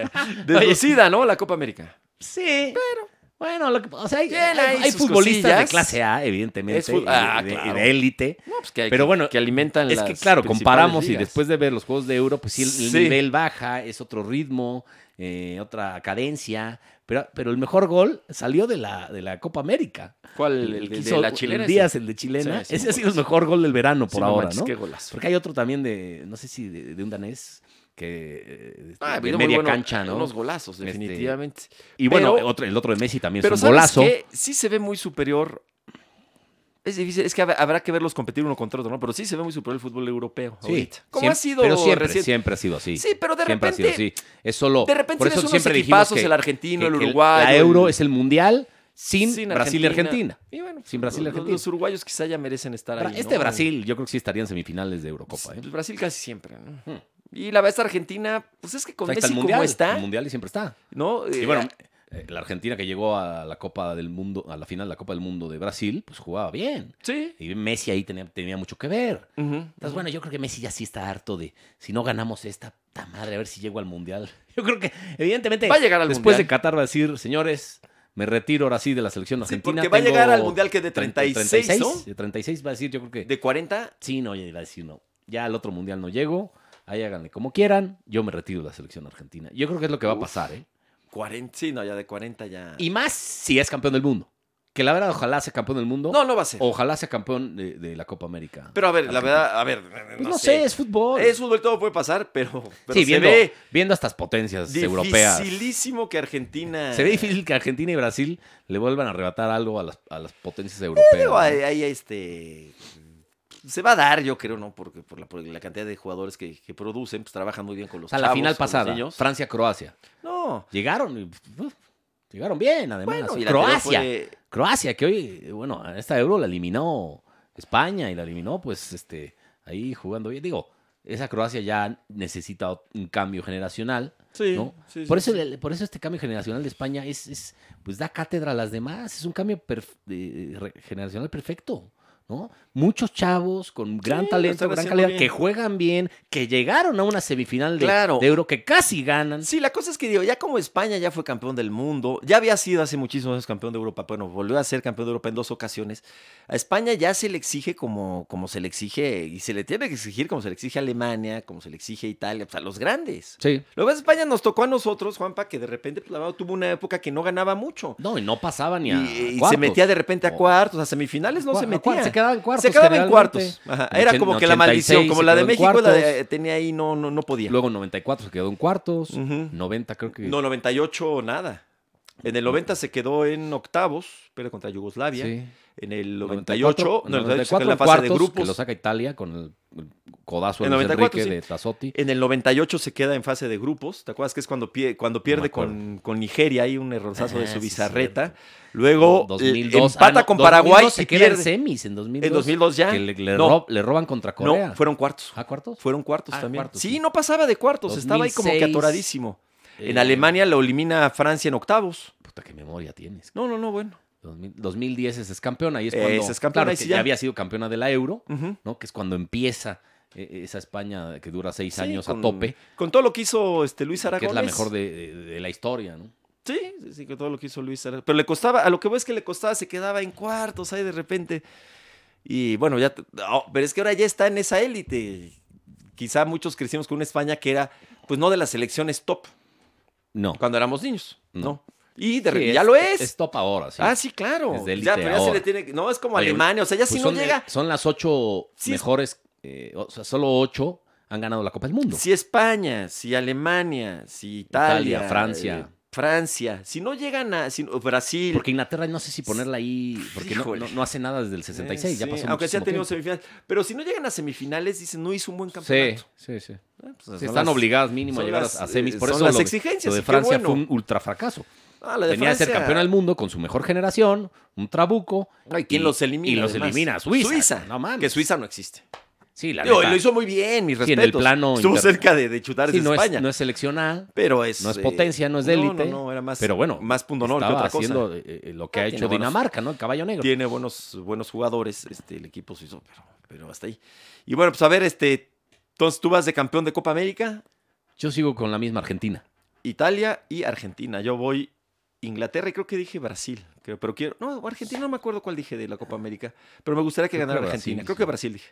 B: día.
A: Deslucida, ¿no? La Copa América.
B: Sí. Pero. Bueno, lo que- o sea, hay,
A: Tiene ahí
B: hay- hay
A: sus
B: futbolistas de
A: cosillas.
B: clase A, evidentemente,
A: Es fut-
B: y-
A: ah,
B: y de-
A: claro.
B: y de élite.
A: No, pues que hay-
B: Pero bueno,
A: que alimentan
B: Es
A: las
B: que claro,
A: principales
B: comparamos y
A: ligas.
B: después de ver los juegos de Euro, pues sí, el, el
A: Sí.
B: nivel baja, es otro ritmo, eh, otra cadencia, pero, pero el mejor gol salió de la, de la Copa América.
A: ¿Cuál? El, el de
B: hizo
A: la chilena. ese?
B: Díaz, el de chilena.
A: Sí, sí,
B: Ese
A: un
B: ha sido el mejor gol del verano
A: Sí,
B: por
A: no
B: ahora,
A: manches,
B: ¿no?
A: Qué golazo.
B: Porque hay otro también de, no sé si de, de un danés, que eh, este,
A: Ah, ha
B: de
A: habido muy
B: media
A: bueno-
B: cancha, ¿no?
A: Unos golazos,
B: Este,
A: definitivamente.
B: Y bueno,
A: pero-
B: otro, el otro de Messi también
A: Pero
B: es un
A: ¿sabes
B: golazo.
A: qué? Sí se ve muy superior. Es difícil, es que hab- habrá que verlos competir uno contra otro, ¿no? Pero sí se ve muy superior el fútbol europeo
B: Sí,
A: ahorita. Como
B: siempre-
A: ha sido
B: pero siempre,
A: recién-
B: siempre ha sido así.
A: Sí, pero de
B: siempre
A: repente
B: ha sido así. Es solo
A: De repente
B: por eso
A: tienes
B: siempre
A: unos
B: dijimos
A: equipos,
B: que
A: el argentino, el
B: que- que
A: uruguayo.
B: La Euro
A: el-
B: es el mundial sin,
A: sin
B: Brasil y Argentina.
A: Y bueno,
B: Sin Brasil y
A: los-
B: Argentina.
A: Los uruguayos quizá ya merecen estar
B: Bra-
A: ahí.
B: este
A: ¿no?
B: Brasil, yo creo que sí estaría en semifinales de Eurocopa. ¿eh?
A: Pues Brasil casi siempre, ¿no?
B: Hmm.
A: Y la verdad Argentina, pues es que
B: O
A: con
B: sea, está
A: Messi
B: el
A: como
B: mundial,
A: está,
B: El mundial y siempre está.
A: ¿no?
B: Y
A: Eh,
B: bueno, eh, la Argentina que llegó a la Copa del Mundo, a la final de la Copa del Mundo de Brasil, pues jugaba bien.
A: Sí.
B: Y Messi ahí tenía, tenía mucho que ver.
A: Ujú, ujú.
B: Entonces, bueno, yo creo que Messi ya sí está harto de si no ganamos esta, ta madre, a ver si llego al mundial. Yo creo que, evidentemente,
A: Va a llegar al
B: después
A: Mundial.
B: de Qatar va a decir, señores, me retiro ahora sí de la selección
A: Sí,
B: argentina.
A: porque va a
B: tengo
A: llegar al mundial que de
B: 30,
A: 36, ¿no?
B: De 36 va a decir, yo creo que.
A: De 40,
B: Sí, no, ya va a decir, no. Ya al otro mundial no llego, ahí háganle como quieran, yo me retiro de la selección argentina. Yo creo que es lo que va a
A: Uf.
B: pasar, ¿eh?
A: 40, sí, no, ya de 40 ya.
B: Y más si es campeón del mundo. Que la verdad, ojalá sea campeón del mundo.
A: No, no va a ser.
B: Ojalá sea campeón de, de la Copa América.
A: Pero a ver, la
B: Argentina.
A: verdad, a ver,
B: Pues no, sé, es fútbol.
A: Es fútbol, todo puede pasar, pero, pero
B: sí,
A: se
B: viendo,
A: ve
B: viendo a estas potencias europeas.
A: dificilísimo que Argentina...
B: Se ve difícil que Argentina y Brasil le vuelvan a arrebatar algo a las, a las potencias europeas.
A: Pero
B: ¿no?
A: ahí, ahí, este... Se va a dar, yo creo, ¿no? Porque por la, por la cantidad de jugadores que, que producen, pues trabajan muy bien con
B: o
A: los
B: sea, la
A: chavos,
B: final
A: con los
B: pasada,
A: niños.
B: Francia-Croacia.
A: No.
B: Llegaron y, uf, llegaron bien, además.
A: Bueno, y la
B: Croacia.
A: anterior fue-
B: Croacia, que hoy, eh, bueno, a esta euro la eliminó España y la eliminó, pues, este, ahí jugando bien. Digo, esa Croacia ya necesita ot- un cambio generacional.
A: Sí,
B: ¿no?
A: sí,
B: por,
A: sí,
B: eso,
A: sí.
B: el- por eso este cambio generacional de España es, es, pues da cátedra a las demás, es un cambio perf- de- re- generacional perfecto, ¿no? Muchos chavos con gran
A: lo
B: talento,
A: están
B: gran
A: haciendo
B: calidad,
A: bien.
B: que juegan bien, que llegaron a una semifinal de,
A: Claro.
B: de Euro, que casi ganan.
A: Sí, la cosa es que digo, ya como España ya fue campeón del mundo, ya había sido hace muchísimos años campeón de Europa, bueno, volvió a ser campeón de Europa en dos ocasiones. A España ya se le exige como, como se le exige, y se le tiene que exigir como se le exige a Alemania, como se le exige a Italia, pues a los grandes.
B: Sí.
A: Luego a España nos tocó a nosotros, Juanpa, que de repente pues, la verdad, tuvo una época que no ganaba mucho.
B: No, y no pasaba
A: Y,
B: ni a
A: y se
B: cuartos.
A: metía de repente a
B: O-
A: cuartos, a semifinales no
B: Cua-
A: se
B: a
A: metía.
B: cuartos, Se quedaba en cuartos.
A: se quedaba en
B: generalmente.
A: cuartos. Ajá,
B: En
A: Era
B: ochen-
A: como que la
B: 86
A: maldición, como
B: se
A: la de
B: quedó en
A: México, la de- eh,
B: cuartos.
A: tenía ahí, no, no, no podía.
B: Luego en 94 se quedó en cuartos.
A: Ujú.
B: 90 creo que.
A: No, 98 nada. En el 90 se quedó en octavos, pero contra Yugoslavia.
B: Sí.
A: En el
B: 94,
A: 98, no, en el 98 se quedó en la
B: en
A: fase de
B: cuartos,
A: grupos.
B: que lo saca Italia con el, el codazo de
A: En
B: Luis
A: 94,
B: Enrique
A: sí.
B: de Tassotti.
A: En el 98 se queda en fase de grupos. ¿Te acuerdas que es cuando, pie- cuando pierde
B: acuerdo.
A: con, con Nigeria? Hay un errorzazo de
B: Ah,
A: su
B: sí,
A: bizarreta.
B: cierto.
A: Luego eh,
B: 2002.
A: empata
B: Ah, no,
A: con
B: 2002
A: Paraguay
B: se
A: y
B: queda en
A: pierde.
B: semis en 2002.
A: En 2002 ya.
B: Que le, le
A: No.
B: rob- le roban contra Corea.
A: No, fueron cuartos.
B: ¿A cuartos?
A: Fueron cuartos
B: Ah,
A: también.
B: cuartos,
A: sí,
B: sí.
A: no pasaba de cuartos. Estaba ahí como que
B: 2006.
A: atoradísimo. en
B: Eh,
A: Alemania lo elimina Francia en octavos.
B: Puta, qué memoria tienes.
A: No, no, no, bueno.
B: 2000 2010 es, es campeona y es
A: Es
B: cuando.
A: Eh, es campeona,
B: claro,
A: ahí
B: que
A: sí
B: ya
A: ya.
B: había sido campeona de la Euro,
A: Ujú.
B: ¿no? Que es cuando empieza eh, esa España que dura seis
A: Sí,
B: años
A: con-
B: a tope,
A: Con todo lo que hizo este Luis Aragón.
B: que es la mejor de, de- de la historia, ¿no?
A: Sí, sí, sí, que todo lo que hizo Luis Aragón. Pero le costaba, a lo que voy es que le costaba, se quedaba en cuartos ahí de repente. Y bueno, ya. te- no, pero es que ahora ya está en esa élite. Quizá muchos crecimos con una España que era, pues no de las selecciones top
B: No.
A: cuando éramos niños, ¿no?
B: No.
A: Y de
B: Sí,
A: re- ya lo es.
B: Es top ahora, sí.
A: Ah, sí, claro.
B: Es de élite
A: ya, pero ya se
B: ahora.
A: le tiene. que- No, es como
B: Oye,
A: Alemania. O sea, ya
B: Pues
A: si no
B: son,
A: llega.
B: eh, son las ocho
A: Sí, es-
B: mejores, eh, o sea, solo ocho han ganado la Copa del Mundo.
A: Si España, si Alemania, si Italia.
B: Italia, Francia.
A: eh, Francia. Si no llegan a. si no- Brasil.
B: Porque Inglaterra no sé si ponerla ahí, porque no,
A: Híjole.
B: no- no hace nada desde el 66, ya
A: eh, Sí,
B: pasó
A: Aunque sí ha
B: muchísimo
A: tenido
B: tiempo.
A: semifinales. Pero si no llegan a semifinales, dicen, no hizo un buen campeonato.
B: Sí, sí, sí.
A: Ah, pues, son
B: Sí, están
A: las-
B: obligadas mínimo a
A: son
B: llegar a-
A: las,
B: a semis.
A: eh,
B: Por
A: son
B: eso
A: las
B: lo de,
A: exigencias,
B: lo de
A: y qué
B: Francia
A: bueno.
B: fue un ultra fracaso.
A: Ah, la de
B: Venía a ser
A: Francia.
B: campeona del mundo con su mejor generación, un trabuco.
A: Ay, ¿Quién
B: y-
A: los elimina?
B: Y los
A: además?
B: elimina a Suiza.
A: Suiza.
B: No mames.
A: Que Suiza no existe.
B: Sí, la
A: Digo,
B: neta.
A: lo hizo muy bien, mis
B: Sí, en
A: respetos.
B: el plano
A: Estuvo
B: inter-
A: cerca de, de chutar
B: Sí,
A: desde
B: no,
A: España.
B: es, no es selección A,
A: pero es,
B: no es
A: eh,
B: potencia, no es de
A: no,
B: élite.
A: No, no, era más,
B: pero bueno,
A: más punto honor que
B: estaba
A: otra cosa.
B: haciendo eh, eh, lo que
A: Ah,
B: ha
A: tiene
B: hecho
A: buenos-
B: Dinamarca, ¿no? El caballo negro.
A: Tiene buenos, buenos jugadores este, el equipo suizo, pero, pero hasta ahí. Y bueno, pues a ver, este, entonces tú vas de campeón de Copa América,
B: Yo sigo con la misma Argentina.
A: Italia y Argentina. Yo voy Inglaterra y creo que dije Brasil. creo, pero quiero. No, Argentina no me acuerdo cuál dije de la Copa América. Pero me gustaría que
B: Creo que
A: ganara
B: Brasil,
A: Argentina. Creo
B: sí.
A: que Brasil dije.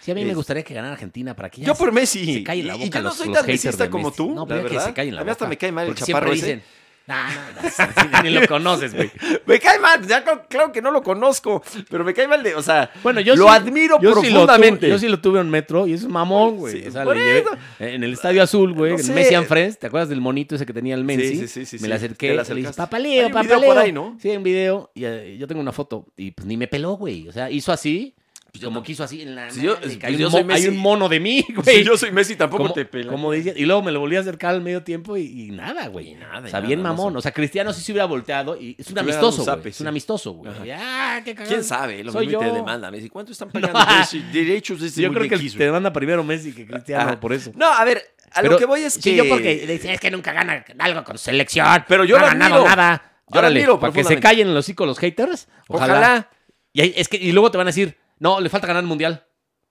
B: Sí, a mí
A: Es-
B: me gustaría que ganara Argentina para que ya
A: Yo
B: se-
A: por Messi.
B: se calle la
A: y-
B: boca
A: Y yo no
B: los-
A: soy
B: los
A: tan
B: haters
A: mesista
B: de
A: como
B: Messi.
A: tú.
B: No,
A: la
B: pero ya que
A: verdad.
B: se callen la
A: A mí hasta
B: boca,
A: me cae mal el
B: porque siempre
A: chaparro ese.
B: dicen, "Nah, no, no, sí, ni lo conoces, güey.
A: Me cae mal. Ya, no- claro que no lo conozco. Pero me cae mal de. O sea,
B: Bueno, yo
A: lo
B: sí-
A: admiro
B: yo sí lo tuve-
A: profundamente.
B: yo sí lo tuve en metro y es un mamón, güey.
A: Sí,
B: o sea,
A: por
B: le llevé-
A: eso.
B: en el Estadio Azul, güey,
A: No
B: en
A: sé.
B: Messi and Friends, ¿te acuerdas del monito ese que tenía el Messi?
A: sí, sí, sí,
B: Me
A: sí.
B: le
A: Te
B: acerqué,
A: la
B: le dije,
A: acercaste.
B: papaleo,
A: Hay un video
B: papaleo.
A: por ahí, ¿no?
B: Sí, en video. Y, eh, yo tengo una foto y pues ni me peló, güey. O sea, hizo así,
A: Pues yo
B: como
A: tam-
B: que hizo así en la...
A: Si yo-
B: madre,
A: pues
B: que hay,
A: yo
B: un
A: soy
B: mo- hay
A: Messi.
B: un mono de mí, güey.
A: Si yo soy Messi, tampoco
B: Como-
A: te pela.
B: como dice- y luego me lo volví a acercar al medio tiempo y, y nada, güey.
A: Y nada, y
B: O sea,
A: nada,
B: bien
A: no
B: mamón.
A: sé.
B: O sea, Cristiano sí se hubiera volteado y es un
A: Te hubiera dado
B: amistoso,
A: un
B: güey.
A: zape,
B: es
A: sí.
B: un amistoso, güey. Ah, qué cagado.
A: ¿Quién sabe? Lo
B: Soy
A: mismo y te
B: yo. ah,
A: demanda. Me dice, ¿cuánto están pagando por ese derechos de ese
B: Yo creo que el-
A: muñequillo?
B: te manda primero Messi que Cristiano
A: Ajá.
B: por eso.
A: No, a ver, Ah. a lo
B: Pero-
A: que voy es que.
B: Sí, yo porque dice, es que nunca gana algo con selección.
A: Pero yo
B: no ha
A: lo
B: ganado
A: admiro.
B: nada.
A: Yo lo
B: Órale,
A: admiro
B: para que se
A: profundamente.
B: callen los hocico los haters. Ojalá.
A: Ojalá.
B: Y, ahí- es que, y luego te van a decir, no, le falta ganar el mundial.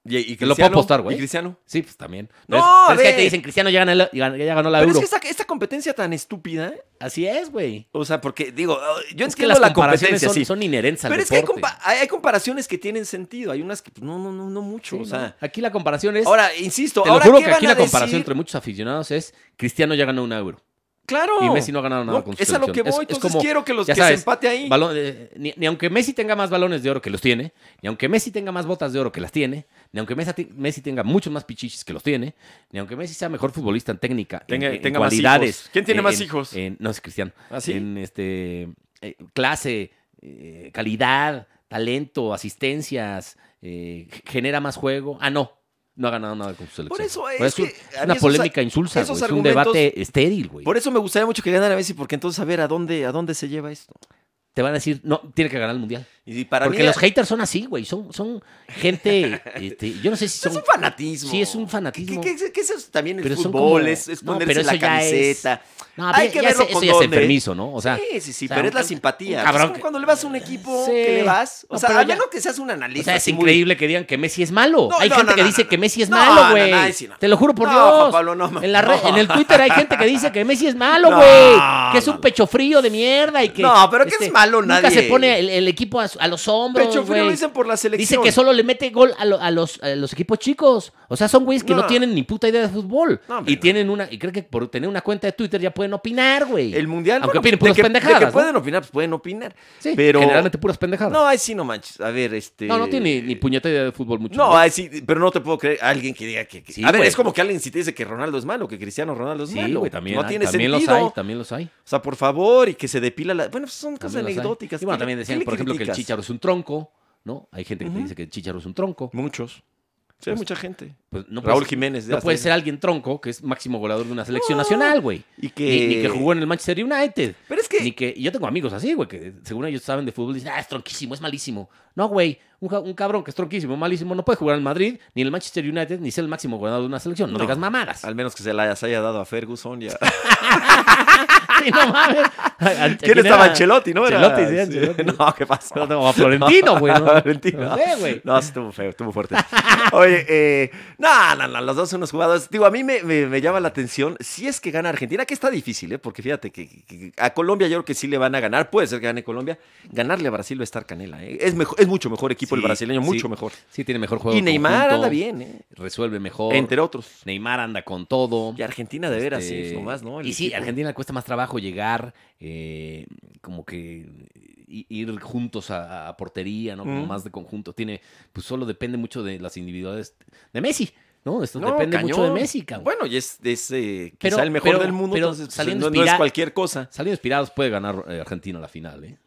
A: Y, y
B: Te lo puedo apostar, güey.
A: ¿Y Cristiano?
B: Sí, pues también.
A: No,
B: Pero es-
A: a
B: pero es que ahí te
A: ver.
B: dicen, Cristiano ya ganó la, ya ya ganó la
A: Pero
B: Euro.
A: es que esta, esta competencia tan estúpida,
B: Así es, güey.
A: o sea, porque digo, oh, yo
B: Es que
A: entiendo
B: las
A: la
B: comparaciones
A: competencia,
B: son,
A: sí.
B: son inherentes al
A: Pero es que hay,
B: deporte.
A: compa- hay- hay comparaciones que tienen sentido, hay unas que pues, no, no, no, no mucho,
B: Sí,
A: o sea.
B: ¿no? Aquí la comparación es.
A: Ahora, insisto,
B: te lo
A: ahora
B: juro
A: ¿qué
B: que aquí
A: van a
B: la comparación
A: decir?
B: entre muchos aficionados es: Cristiano ya ganó un euro.
A: Claro.
B: Y Messi no ha ganado nada
A: No,
B: con su
A: Es a lo que
B: selección.
A: voy,
B: Es- es
A: entonces
B: como-
A: quiero que los
B: ya
A: que se
B: sabes,
A: empate ahí.
B: Balón- eh, ni, ni aunque Messi tenga más balones de oro que los tiene, ni aunque Messi tenga más botas de oro que las tiene, ni aunque Messi, ti- Messi tenga muchos más pichichis que los tiene, ni aunque Messi sea mejor futbolista en técnica, en-
A: Tenga-
B: en,
A: tenga más
B: cualidades.
A: hijos. ¿Quién tiene
B: en-
A: más
B: en-
A: hijos?
B: en- no es Cristiano.
A: ¿Ah, sí?
B: En este, eh, clase, eh, calidad, talento, asistencias, eh, genera más juego. Ah, no. No ha ganado nada con su selección.
A: eso es que a mí
B: una
A: esos-
B: polémica insulsa,
A: esos
B: güey, Es un
A: argumentos-
B: debate estéril, güey.
A: Por eso me gustaría mucho que ganara Messi, porque entonces a ver a dónde, a dónde se lleva esto.
B: te van a decir, no, tiene que ganar el mundial.
A: Y para
B: Porque
A: mí
B: los haters son así, güey. Son, son gente. este, yo no sé si son.
A: es un fanatismo.
B: Sí, es un fanatismo.
A: ¿Qué, qué- qué es eso? También el
B: Pero son
A: fútbol,
B: como-
A: es, es
B: No,
A: ponerse
B: pero eso
A: la
B: ya
A: camiseta.
B: No,
A: Hay
B: pero
A: que
B: ya
A: verlo
B: se-
A: con
B: Eso ya es
A: dónde.
B: enfermizo, ¿no? O sea,
A: sí, sí, sí,
B: o sea,
A: pero
B: un-
A: es la simpatía.
B: un
A: Pues,
B: cabrón
A: como
B: que-
A: cuando le vas a un equipo
B: Sí.
A: que le vas. O
B: No,
A: sea,
B: pero
A: a
B: ya-
A: menos que seas un
B: o
A: analista.
B: sea, es
A: así muy-
B: increíble que digan que Messi es malo.
A: No,
B: hay
A: no,
B: gente
A: no,
B: que
A: no,
B: dice
A: no,
B: que
A: no.
B: Messi es
A: No, no,
B: malo,
A: no,
B: güey.
A: ay, sí, no.
B: Te lo juro por
A: No,
B: Dios.
A: Juan Pablo, no, no,
B: en, la red-
A: no.
B: en el Twitter hay gente que dice que Messi es malo,
A: No,
B: güey. que es
A: no,
B: un
A: no.
B: pecho frío de mierda y que. este,
A: No, pero que es malo
B: nunca
A: nadie.
B: se pone el, el equipo a las- a los hombros.
A: Pecho frío lo
B: güey.
A: dicen por la
B: Dice
A: selección.
B: que solo le mete gol a, lo- a los, a los equipos chicos. O sea, son güeyes que no.
A: No.
B: tienen ni puta idea de fútbol.
A: No, hombre,
B: y
A: no.
B: tienen una. Y creen que por tener una cuenta de Twitter ya pueden opinar, güey.
A: El mundial.
B: Aunque
A: bueno,
B: opinen
A: de
B: puras
A: que- de
B: pendejadas.
A: que
B: ¿no?
A: pueden opinar, pues pueden opinar.
B: Sí,
A: pero-
B: generalmente puras pendejadas. No,
A: No, ahí sí no manches. A ver, este.
B: no, tiene ni puñeta idea de fútbol mucho.
A: No, ay, sí, pero no te puedo creer a alguien que diga que... que-
B: Sí,
A: a ver,
B: güey.
A: es como que alguien si te dice que Ronaldo es malo, que Cristiano Ronaldo es
B: Sí,
A: malo.
B: güey, también,
A: Pues no
B: hay,
A: tiene
B: también
A: sentido.
B: los hay, también los hay.
A: O sea, por favor, y que se depila la... Bueno, pues son cosas
B: también los hay.
A: anecdóticas.
B: Y bueno,
A: ¿Qué-
B: también
A: qué
B: decían,
A: le
B: por ejemplo, que el
A: criticas?
B: Chicharo es un tronco, ¿no? Hay gente que te
A: Ujú.
B: dice que el Chicharo es un tronco.
A: Muchos. Sí, hay mucha gente.
B: Pues no
A: Raúl
B: puedes-
A: Jiménez. de
B: No
A: hasta
B: puede
A: ahí.
B: ser alguien tronco que es máximo goleador de una selección
A: No.
B: nacional, güey.
A: Y que...
B: Ni, ni que jugó en el Manchester United.
A: Pero es que...
B: Ni que y yo tengo amigos así, güey, que según ellos saben de fútbol, dicen, ah, es tronquísimo, es malísimo. No, güey, un, ja- un cabrón que es tronquísimo, malísimo, no puede jugar en Madrid, ni en el Manchester United, ni ser el máximo goleador de una selección. No,
A: No.
B: digas mamadas.
A: Al menos que se las haya dado a Ferguson. Ya.
B: Sí, no mames. ¿Quién,
A: ¿Quién estaba? Ancelotti, ¿no? Era-
B: Ancelotti, sí,
A: sí.
B: Ancelotti.
A: No, ¿qué pasó?
B: No, no, a Florentino, güey. No,
A: Florentino.
B: No sé, güey.
A: No, sí estuvo feo, estuvo fuerte. Oye, eh, no, no, no, los dos son unos jugadores. Digo, a mí me, me- me llama la atención. Si es que gana Argentina, que está difícil, ¿eh? Porque fíjate que, que- que a Colombia yo creo que sí le van a ganar. Puede ser que gane Colombia. Ganarle a Brasil va a estar canela, ¿eh? Es, mejo- es mucho mejor equipo el
B: Sí,
A: brasileño,
B: sí.
A: mucho mejor.
B: Sí, tiene mejor juego.
A: Y Neymar
B: conjunto,
A: anda bien, ¿eh?
B: Resuelve mejor.
A: Entre otros.
B: Neymar anda con todo.
A: Y Argentina de veras,
B: Este,
A: sí, nomás, ¿no? El
B: y sí,
A: equipo.
B: a Argentina le cuesta más trabajo llegar, eh, como que eh, i- ir juntos a, a portería, ¿no? Como
A: Mm.
B: más de conjunto. Tiene, pues solo depende mucho de las individualidades de Messi, ¿no? Esto
A: No,
B: depende mucho de
A: cañón.
B: Messi, cabrón.
A: Bueno, y es, es, eh,
B: Pero-
A: quizá el mejor
B: pero-
A: del mundo,
B: pero
A: entonces pues,
B: saliendo
A: no, no es
B: inspira-
A: cualquier cosa.
B: Saliendo inspirados puede ganar eh, Argentina la final, ¿eh?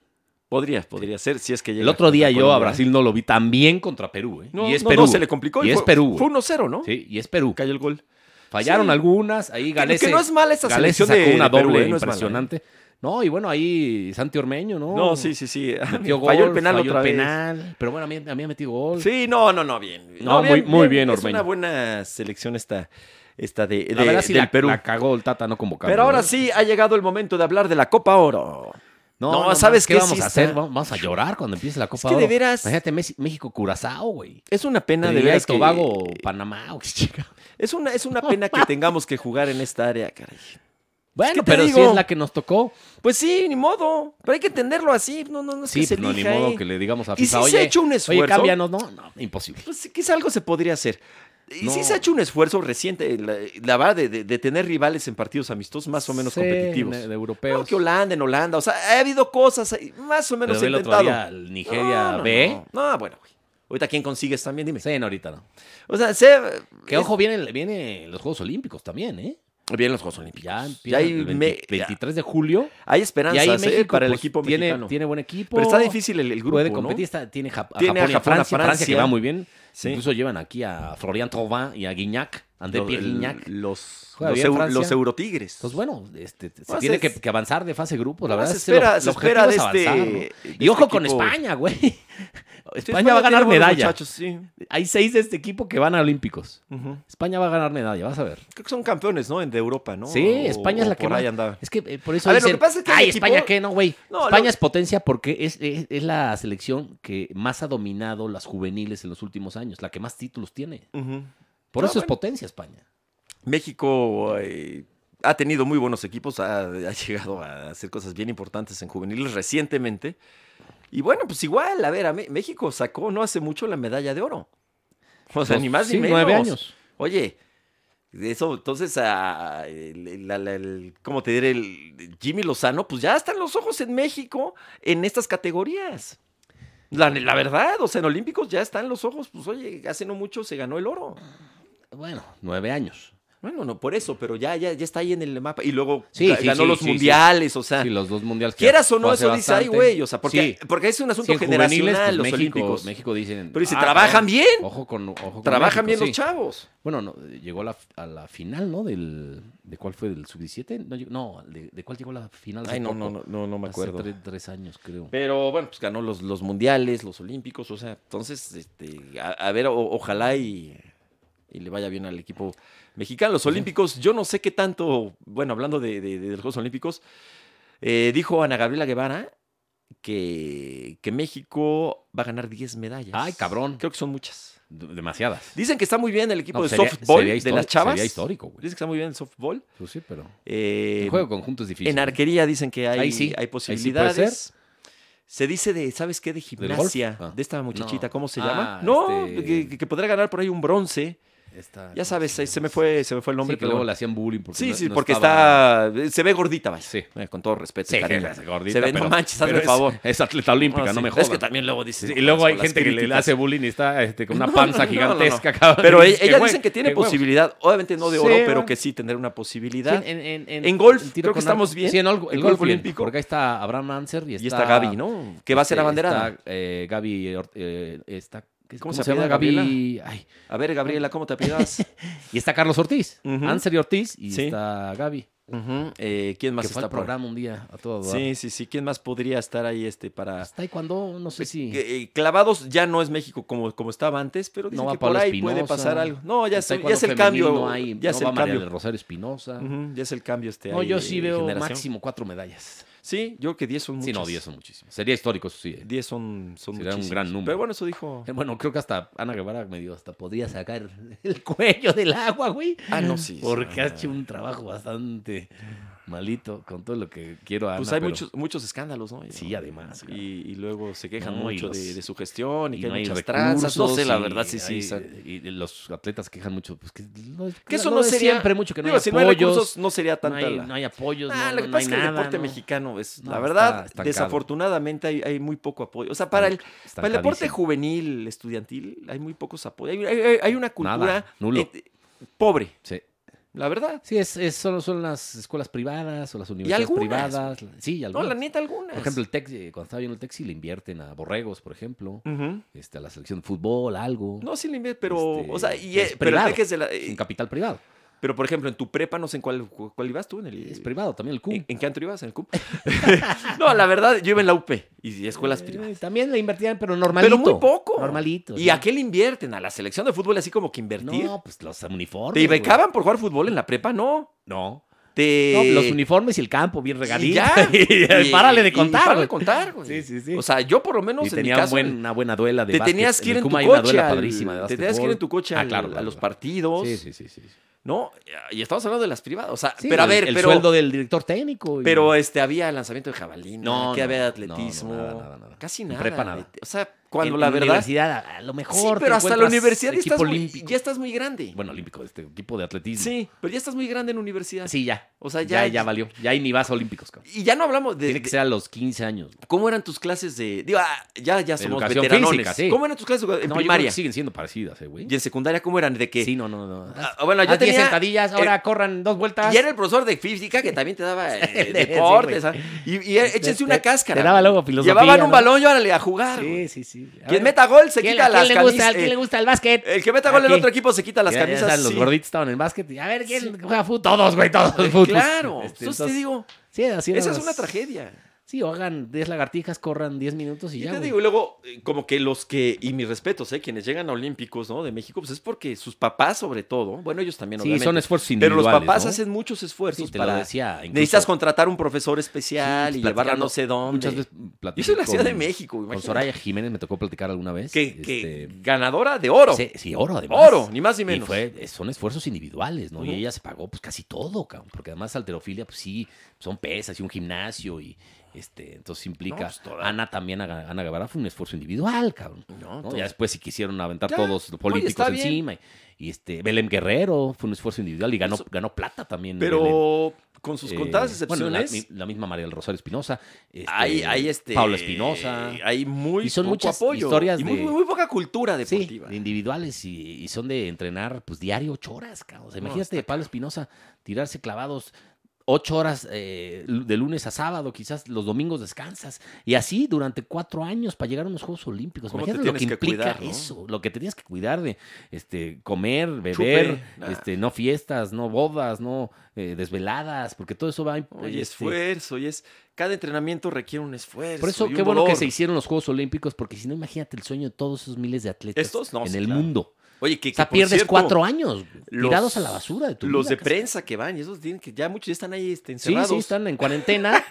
A: Podría, podría ser, si es que llega.
B: El otro día
A: contra
B: yo a
A: Colombia, ¿eh?
B: Brasil no lo vi tan bien contra Perú, ¿eh?
A: No,
B: y es
A: no,
B: Perú.
A: no, se le complicó.
B: Y es
A: fue-
B: Perú.
A: Fue
B: güey.
A: 1-0, ¿no?
B: Sí, y es Perú.
A: Cayó el gol.
B: Fallaron
A: Sí.
B: algunas, ahí
A: Que-
B: Galese.
A: que no es mala esa
B: Galese
A: selección
B: sacó
A: de
B: una
A: Perú,
B: doble
A: ¿eh? No es mala, ¿eh?
B: impresionante. No, y bueno, ahí Santi Ormeño, ¿no?
A: No, sí, sí, sí. Ah,
B: Metió gol,
A: falló el penal otra vez.
B: penal, pero bueno, a mí, a mí me metió gol.
A: Sí, no, no, no, bien.
B: No, muy- muy bien,
A: Es
B: Ormeño.
A: una buena selección esta, esta de,
B: la
A: de-
B: verdad sí
A: del
B: la,
A: Perú.
B: la cagó el Tata no convocando.
A: Pero ahora
B: ¿eh?
A: sí ha llegado el momento de hablar de la Copa Oro.
B: No,
A: no,
B: no,
A: ¿sabes
B: ¿qué,
A: qué?
B: vamos
A: Sí
B: a hacer?
A: está.
B: Vamos vamos a llorar cuando empiece la Copa
A: que de
B: Oro.
A: veras-
B: Imagínate Mes- México Curazao, güey.
A: Es una pena de
B: Trinidad y
A: veras que-
B: Tobago, Panamá, o qué chica.
A: Es una, es una pena que tengamos que jugar en esta área, caray.
B: Bueno,
A: te
B: pero sí
A: digo?
B: es la que nos tocó.
A: Pues sí, ni modo. Pero hay que entenderlo así. No, no, no es
B: Sí,
A: que se
B: pues no, ni
A: elija,
B: modo
A: ¿eh?
B: que le digamos a
A: Y sí
B: FIFA,
A: se ha
B: oye,
A: hecho un
B: Oye,
A: esfuerzo.
B: cámbianos, no, no, imposible.
A: Pues quizá algo se podría hacer. Y sí
B: No.
A: se ha hecho un esfuerzo reciente, la, la verdad, de, de- de tener rivales en partidos amistosos más o menos
B: Sí,
A: competitivos.
B: De, de
A: Claro
B: europeos.
A: que Holanda, en Holanda, o sea, ha habido cosas ahí, más o menos
B: Pero ve el otro
A: intentado.
B: día, el Nigeria
A: No, no,
B: B.
A: No, No, bueno, güey. Ahorita, ¿quién consigues también? Dime.
B: Sí, no, ahorita no.
A: O sea, se...
B: Que ojo, vienen viene los Juegos Olímpicos también, ¿eh?
A: Bien los Juegos Olímpicos.
B: Ya
A: Ya
B: empieza
A: hay,
B: el 20
A: me- ya.
B: 23 de julio.
A: hay
B: Y
A: esperanzas
B: ahí
A: ¿eh?
B: México,
A: para el
B: pues,
A: equipo
B: tiene,
A: mexicano.
B: tiene buen equipo.
A: Pero está difícil el, el grupo,
B: Puede
A: ¿no?
B: competir. está- tiene Jap- a
A: Tiene a
B: Japón, y a
A: Japón, a
B: Francia, Francia, que
A: Francia.
B: va muy bien.
A: Sí.
B: Incluso llevan aquí a Florian Thauvin y a Guignac. André
A: Los-
B: Pierre Guignac.
A: Los,
B: Juega
A: los
B: bien
A: eu-
B: Francia.
A: los eurotigres.
B: Entonces, bueno, este, se
A: Pues
B: tiene
A: es-
B: que, que avanzar de fase de grupo. La
A: Ahora
B: verdad
A: se
B: es que lo-
A: espera-
B: el
A: se
B: objetivo
A: espera de
B: es avanzar,
A: este-
B: ¿no?
A: de
B: Y ojo
A: este
B: con
A: equipo.
B: España, güey.
A: Sí,
B: España va a ganar
A: tiene buenos
B: medalla.
A: muchachos, sí.
B: Hay seis de este equipo que van a Olímpicos.
A: Ujú.
B: España va a ganar medalla, vas a ver.
A: Creo que son campeones, ¿no? En De Europa, ¿no?
B: Sí,
A: O-
B: España es
A: o
B: la que
A: por
B: más.
A: ahí andaba.
B: Es que eh, por eso
A: A ver, lo
B: dicen,
A: que pasa es que el
B: ay,
A: equipo-
B: España qué, no, güey.
A: No, lo-
B: España es potencia porque es, es, es la selección que más ha dominado las juveniles en los últimos años, la que más títulos tiene.
A: Ujú.
B: Por
A: Ah,
B: eso es
A: bueno.
B: potencia España.
A: México eh, ha tenido muy buenos equipos, ha, ha llegado a hacer cosas bien importantes en juveniles recientemente. Y bueno, pues igual, a ver, a Mé- México sacó no hace mucho la medalla de oro. O sea,
B: Los-
A: ni más ni
B: sí,
A: menos.
B: Nueve años.
A: Oye, eso, entonces, a, el- la- la- el- ¿cómo te diré? El Jimmy Lozano, pues ya están los ojos en México en estas categorías. La, la verdad, o sea, en Olímpicos ya están los ojos, pues oye, hace no mucho se ganó el oro.
B: Bueno, nueve años.
A: Bueno, no por eso, pero ya, ya, ya está ahí en el mapa. Y luego
B: Sí,
A: ga-
B: sí,
A: ganó
B: sí,
A: los
B: sí,
A: mundiales, o sea,
B: Sí, los dos mundiales. que
A: quieras o no,
B: fue hace
A: eso dice ahí,
B: bastante.
A: güey. O sea, porque,
B: Sí.
A: porque es un asunto
B: Sí, en juveniles,
A: generacional,
B: pues,
A: los
B: México,
A: olímpicos.
B: México dicen.
A: Pero dice,
B: "Ah,
A: trabajan
B: cabrón,
A: bien,
B: Ojo con. Ojo con
A: trabajan
B: México",
A: bien
B: sí.
A: los chavos.
B: Bueno, no, eh, llegó a la, a la final, ¿no? Del, ¿De cuál fue? ¿Del sub-17? No, llegó- no ¿de, de cuál llegó a la final? hace
A: Ay, no,
B: poco?
A: no, no, no, no me
B: Hace
A: acuerdo.
B: tres, tres años, creo.
A: Pero bueno, pues ganó los, los mundiales, los olímpicos, o sea, entonces, este, a, a ver, o- ojalá y, y le vaya bien al equipo mexicano. Los olímpicos, yo no sé qué tanto, bueno, hablando de, de- de los Juegos Olímpicos, eh, dijo Ana Gabriela Guevara que, que México va a ganar 10 medallas.
B: Ay, cabrón.
A: Creo que son muchas.
B: D- Demasiadas.
A: Dicen que está muy bien el equipo
B: No,
A: de
B: sería-
A: pues, softball
B: sería
A: de
B: histórico-
A: las chavas.
B: Sería histórico, güey.
A: Dicen que está muy bien el softball.
B: Pues sí, pero.
A: Eh,
B: el juego conjunto es difícil.
A: en arquería dicen que hay,
B: Ahí sí,
A: hay
B: ahí sí puede
A: posibilidades.
B: ser.
A: Se dice de, ¿sabes qué? De gimnasia,
B: golf? Ah.
A: de esta muchachita,
B: No.
A: ¿cómo se
B: Ah,
A: llama? No,
B: este-
A: que, que podría ganar por ahí un bronce. Ya sabes, se, se me fue, se me fue el nombre.
B: Sí, que
A: pero
B: luego
A: bueno.
B: le hacían bullying. Porque
A: sí,
B: no-
A: sí,
B: no
A: porque
B: estaba-
A: está, eh, se ve gordita, vaya.
B: Sí.
A: Eh, con todo respeto.
B: Sí,
A: y cariño.
B: que es gordita,
A: Se ve,
B: pero-
A: no manches, hazme
B: pero
A: el
B: es-
A: favor.
B: Es atleta olímpica,
A: Ah,
B: no
A: sí.
B: me
A: Es
B: jodas.
A: que también luego dices.
B: Sí,
A: no,
B: y luego
A: jodas
B: hay
A: con las
B: gente que le
A: críticas.
B: hace bullying y está este, con una
A: No, no,
B: panza
A: no, no,
B: gigantesca.
A: no.
B: cabrón.
A: Pero e,
B: Y
A: ella,
B: qué
A: ella
B: güey,
A: dicen que tiene
B: qué huevos.
A: posibilidad, obviamente no de
B: Sí,
A: oro, pero
B: bueno.
A: que sí tener una posibilidad.
B: Sí, en, en-
A: En golf,
B: el tiro
A: creo que
B: con
A: estamos
B: arco.
A: bien.
B: Sí, en el, el
A: En
B: golf,
A: golf
B: bien,
A: olímpico.
B: Porque ahí está Abraham Manser y está,
A: y está Gaby, ¿no? Que va a ser
B: este,
A: abanderada.
B: Está eh, Gaby. Or- eh, está, ¿qué-
A: ¿Cómo
B: ¿Cómo,
A: se
B: se,
A: apellida
B: llama? Gaby. ay,
A: A ver, Gabriela, ¿cómo te apellidas?
B: y está Carlos Ortiz.
A: Ujú.
B: Anser y Ortiz. Y
A: Sí.
B: está Gaby.
A: Ujú, eh, ¿Quién más
B: que fue
A: está
B: al
A: por ahí?
B: programa un día a todo. dar.
A: Sí, sí, sí. ¿Quién más podría estar ahí este para.
B: Pues Taekwondo, no sé si.
A: Que, eh, clavados ya no es México como, como estaba antes, pero dicen
B: No va
A: que por
B: Paula
A: ahí puede
B: Espinosa.
A: pasar algo. No, ya,
B: en
A: es, ya
B: taekwondo
A: es el
B: femenil
A: cambio.
B: No hay,
A: ya es
B: no va
A: el
B: María
A: cambio.
B: del Rosario Espinosa.
A: Ujú, ya es el cambio este.
B: No,
A: ahí
B: yo
A: de
B: sí veo
A: generación.
B: máximo cuatro medallas.
A: Sí, yo creo que 10 son muchos.
B: Sí, no, diez son muchísimas. Sería histórico, eso sí. eh.
A: 10 son, son
B: Sería un
A: muchísimos.
B: gran número.
A: Pero bueno, eso dijo.
B: Eh, Bueno, creo que hasta Ana Guevara medio hasta podría sacar el cuello del agua, güey.
A: Ah, no, sí. sí,
B: Porque
A: no,
B: ha
A: no.
B: hecho un trabajo bastante malito con todo lo que quiero a
A: Pues
B: Ana,
A: hay
B: pero-
A: muchos, muchos escándalos, ¿no?
B: Sí, además,
A: Y,
B: claro.
A: y luego se quejan
B: No, y
A: mucho de,
B: los-
A: de su gestión y,
B: y
A: que
B: no
A: hay
B: hay
A: muchas
B: recursos,
A: tranzas. No sé, la
B: y
A: verdad, sí, sí.
B: hay-
A: sa-
B: Y los atletas quejan mucho. Pues que, no-
A: Que eso
B: lo
A: no
B: de
A: sería.
B: siempre mucho que no
A: digo,
B: hay
A: si
B: apoyos.
A: no hay recursos, no sería
B: no
A: tanta
B: hay,
A: la-
B: no hay apoyos.
A: Ah,
B: no-
A: lo que
B: no
A: pasa
B: hay
A: es que el
B: nada,
A: deporte
B: no.
A: mexicano es,
B: No,
A: la
B: está
A: verdad,
B: estancado.
A: desafortunadamente hay, hay muy poco apoyo. O sea, para el, para el deporte
B: Estancadísimo.
A: juvenil, estudiantil, hay muy pocos apoyos. Hay, hay- hay una cultura
B: Nada, nulo.
A: eh, pobre,
B: Sí.
A: la verdad.
B: Sí, es, es- solo son las escuelas privadas o las universidades
A: algunas,
B: privadas. Sí, y
A: No,
B: algunas.
A: la neta, algunas.
B: Por ejemplo, el Tex, eh, cuando estaba yo en el Tex, sí le invierten a borregos, por ejemplo,
A: Ujú.
B: este, a la selección de fútbol, algo.
A: Mm. No, sí, le invier- pero,
B: Este,
A: o sea, y,
B: es
A: eh, pero, el
B: privado.
A: TEC es de la- eh,
B: Es un capital privado.
A: pero, por ejemplo, en tu prepa, no sé en cuál, cuál ibas tú, en el... eh,
B: Es privado también el CUM.
A: ¿En, en qué antro ibas? ¿En el CUP? no, la verdad, yo iba en la UP y escuelas
B: Eh,
A: privadas.
B: También le invertían, pero normalito.
A: Pero muy poco.
B: Normalito.
A: ¿Y
B: sí.
A: a qué le invierten? ¿A la selección de fútbol así como que invertir?
B: No, pues los uniformes.
A: ¿Te
B: güey.
A: becaban por jugar fútbol en la prepa? No.
B: No.
A: Te...
B: No, los uniformes y el campo bien
A: Y
B: regadito.
A: ya.
B: Y-
A: Y-
B: párale
A: y
B: de contar.
A: párale
B: güey.
A: de contar, güey.
B: Sí, sí, sí.
A: O sea, yo por lo menos
B: y
A: en mi
B: tenía un
A: caso...
B: buen- una buena duela de
A: te
B: básquet.
A: tenías que ir
B: el
A: en tu
B: Kuma hay
A: coche.
B: una duela
A: al-
B: padrísima de
A: te tenías que ir en tu
B: básquetbol.
A: coche
B: Ah,
A: al-
B: claro,
A: a
B: claro,
A: los
B: claro.
A: partidos.
B: Sí, sí, sí, sí. sí.
A: ¿No? Y estamos hablando de las privadas. O sea,
B: Sí,
A: pero a
B: el-
A: ver,
B: el
A: pero,
B: sueldo del director técnico. y-
A: pero este, había lanzamiento de jabalina,
B: No,
A: que
B: no,
A: había de
B: no, no,
A: atletismo.
B: nada, nada, nada.
A: Casi
B: En
A: nada.
B: prepa nada.
A: O sea, cuando
B: En-
A: la
B: en
A: verdad...
B: universidad a- a lo mejor.
A: Sí,
B: te
A: pero hasta la
B: encuentras
A: universidad ya
B: equipo
A: estás, muy,
B: olímpico.
A: ya estás muy grande.
B: Bueno, olímpico, este equipo de atletismo.
A: sí, pero ya estás muy grande en universidad.
B: Sí, ya.
A: O sea, ya-
B: ya. Ya, valió. Ya ahí ni vas a olímpicos, cabrón.
A: Y ya no hablamos de,
B: Tiene que
A: de-
B: ser a los 15 años. güey.
A: cómo eran tus clases de. Digo, ah, ya, ya somos
B: Educación
A: veteranones.
B: física, sí.
A: ¿Cómo eran tus clases en
B: No, yo creo
A: primaria?
B: que siguen siendo parecidas, eh, güey.
A: Y en secundaria, ¿cómo eran? De que.
B: Sí, no, no, no.
A: Ah, bueno, yo
B: Haz 10
A: tenía.
B: sentadillas, ahora corran dos vueltas.
A: Y era el profesor de física que también te daba eh,
B: Sí,
A: deportes.
B: güey.
A: ¿sabes? y, y era- échense
B: Te-
A: una
B: te-
A: cáscara.
B: te daba
A: güey.
B: luego filosofía,
A: Llevaban un
B: ¿no?
A: balón y órale a jugar. güey.
B: Sí, sí, sí. A ver,
A: Quien meta gol se
B: ¿quién-
A: quita
B: a quién
A: las
B: le gusta, ¿A
A: camisas.
B: quién le
A: El,
B: gusta el básquet?
A: el que meta gol en
B: Aquí.
A: otro equipo se quita las
B: Ya- ya
A: camisas.
B: sabes,
A: sí. Eh,
B: Los gorditos estaban en básquet. y, A ver, ¿quién juega fútbol? Todos, güey, todos. fútbol.
A: Claro.
B: Este,
A: Entonces te digo,
B: Sí, así
A: esa es
B: eran
A: una
B: las-
A: tragedia.
B: Sí, o hagan 10 lagartijas, corran 10 minutos y
A: Y
B: ya.
A: te
B: güey.
A: digo, y luego, eh, como que los que, y mis respetos, ¿eh? Quienes llegan a Olímpicos, ¿no? De México, pues es porque sus papás, sobre todo, bueno, ellos también,
B: sí,
A: obviamente.
B: son esfuerzos
A: pero los
B: individuales.
A: papás
B: ¿no?
A: hacen muchos esfuerzos
B: Sí, te lo
A: para.
B: decía. incluso-
A: Necesitas contratar un profesor
B: Sí,
A: especial y
B: platicando-
A: llevarla no sé dónde.
B: Muchas veces
A: Y
B: platiqué
A: eso es la Ciudad de
B: con-
A: México,
B: Con
A: imagínate.
B: Soraya Jiménez me tocó platicar alguna vez.
A: Que, que
B: este,
A: ganadora de oro.
B: Sí, sí, oro, además.
A: oro, ni más ni
B: Y
A: menos.
B: fue- eh, son esfuerzos individuales, ¿no?
A: Ujú.
B: Y ella se pagó pues casi todo, cabrón, porque además alterofilia, pues sí, son pesas y un gimnasio y este, entonces implica.
A: pues, toda-
B: Ana también, Ana Ana Guevara fue un esfuerzo individual, cabrón.
A: No,
B: ¿no?
A: todo.
B: Ya después si quisieron aventar
A: Ya,
B: todos los
A: oye,
B: políticos
A: está bien.
B: encima. Y, y, este, Belén Guerrero fue un esfuerzo individual y ganó,
A: Eso-
B: ganó plata también. Belén.
A: pero con sus
B: Eh,
A: contadas
B: bueno, la-
A: excepciones.
B: mi- este, la, misma María del Rosario Espinosa. este,
A: hay, hay este.
B: Paula Espinosa.
A: Hay muy
B: Y son
A: poco
B: muchas
A: apoyo.
B: historias
A: y muy,
B: de-
A: muy- muy poca cultura deportiva.
B: Sí, de individuales y, y son de entrenar pues diario ocho horas, cabrón. O sea,
A: No,
B: imagínate Pablo Espinosa tirarse clavados ocho horas eh, lu- de lunes a sábado, quizás los domingos descansas. Y así durante cuatro años para llegar a unos Juegos Olímpicos.
A: ¿Cómo te
B: Imagínate lo que
A: tienes que
B: implica
A: cuidar, no?
B: eso, lo que te tienes que cuidar de este comer, beber,
A: nah.
B: este, no fiestas, no bodas, no eh, desveladas, porque todo eso va este, a
A: Oye, esfuerzo, y es. Cada entrenamiento requiere un esfuerzo.
B: por eso,
A: y un
B: qué bueno que
A: dolor.
B: se hicieron los Juegos Olímpicos, porque si no, imagínate el sueño de todos esos miles de atletas
A: Estos, no,
B: en
A: sí,
B: el
A: claro.
B: mundo.
A: Oye, que,
B: O sea,
A: que, por
B: pierdes
A: cierto,
B: cuatro años
A: los-
B: tirados a la basura de tu
A: Los
B: vida,
A: de
B: casi.
A: prensa que van, y esos tienen que, ya muchos ya están ahí este,
B: Sí,
A: encerrados.
B: sí, están en cuarentena.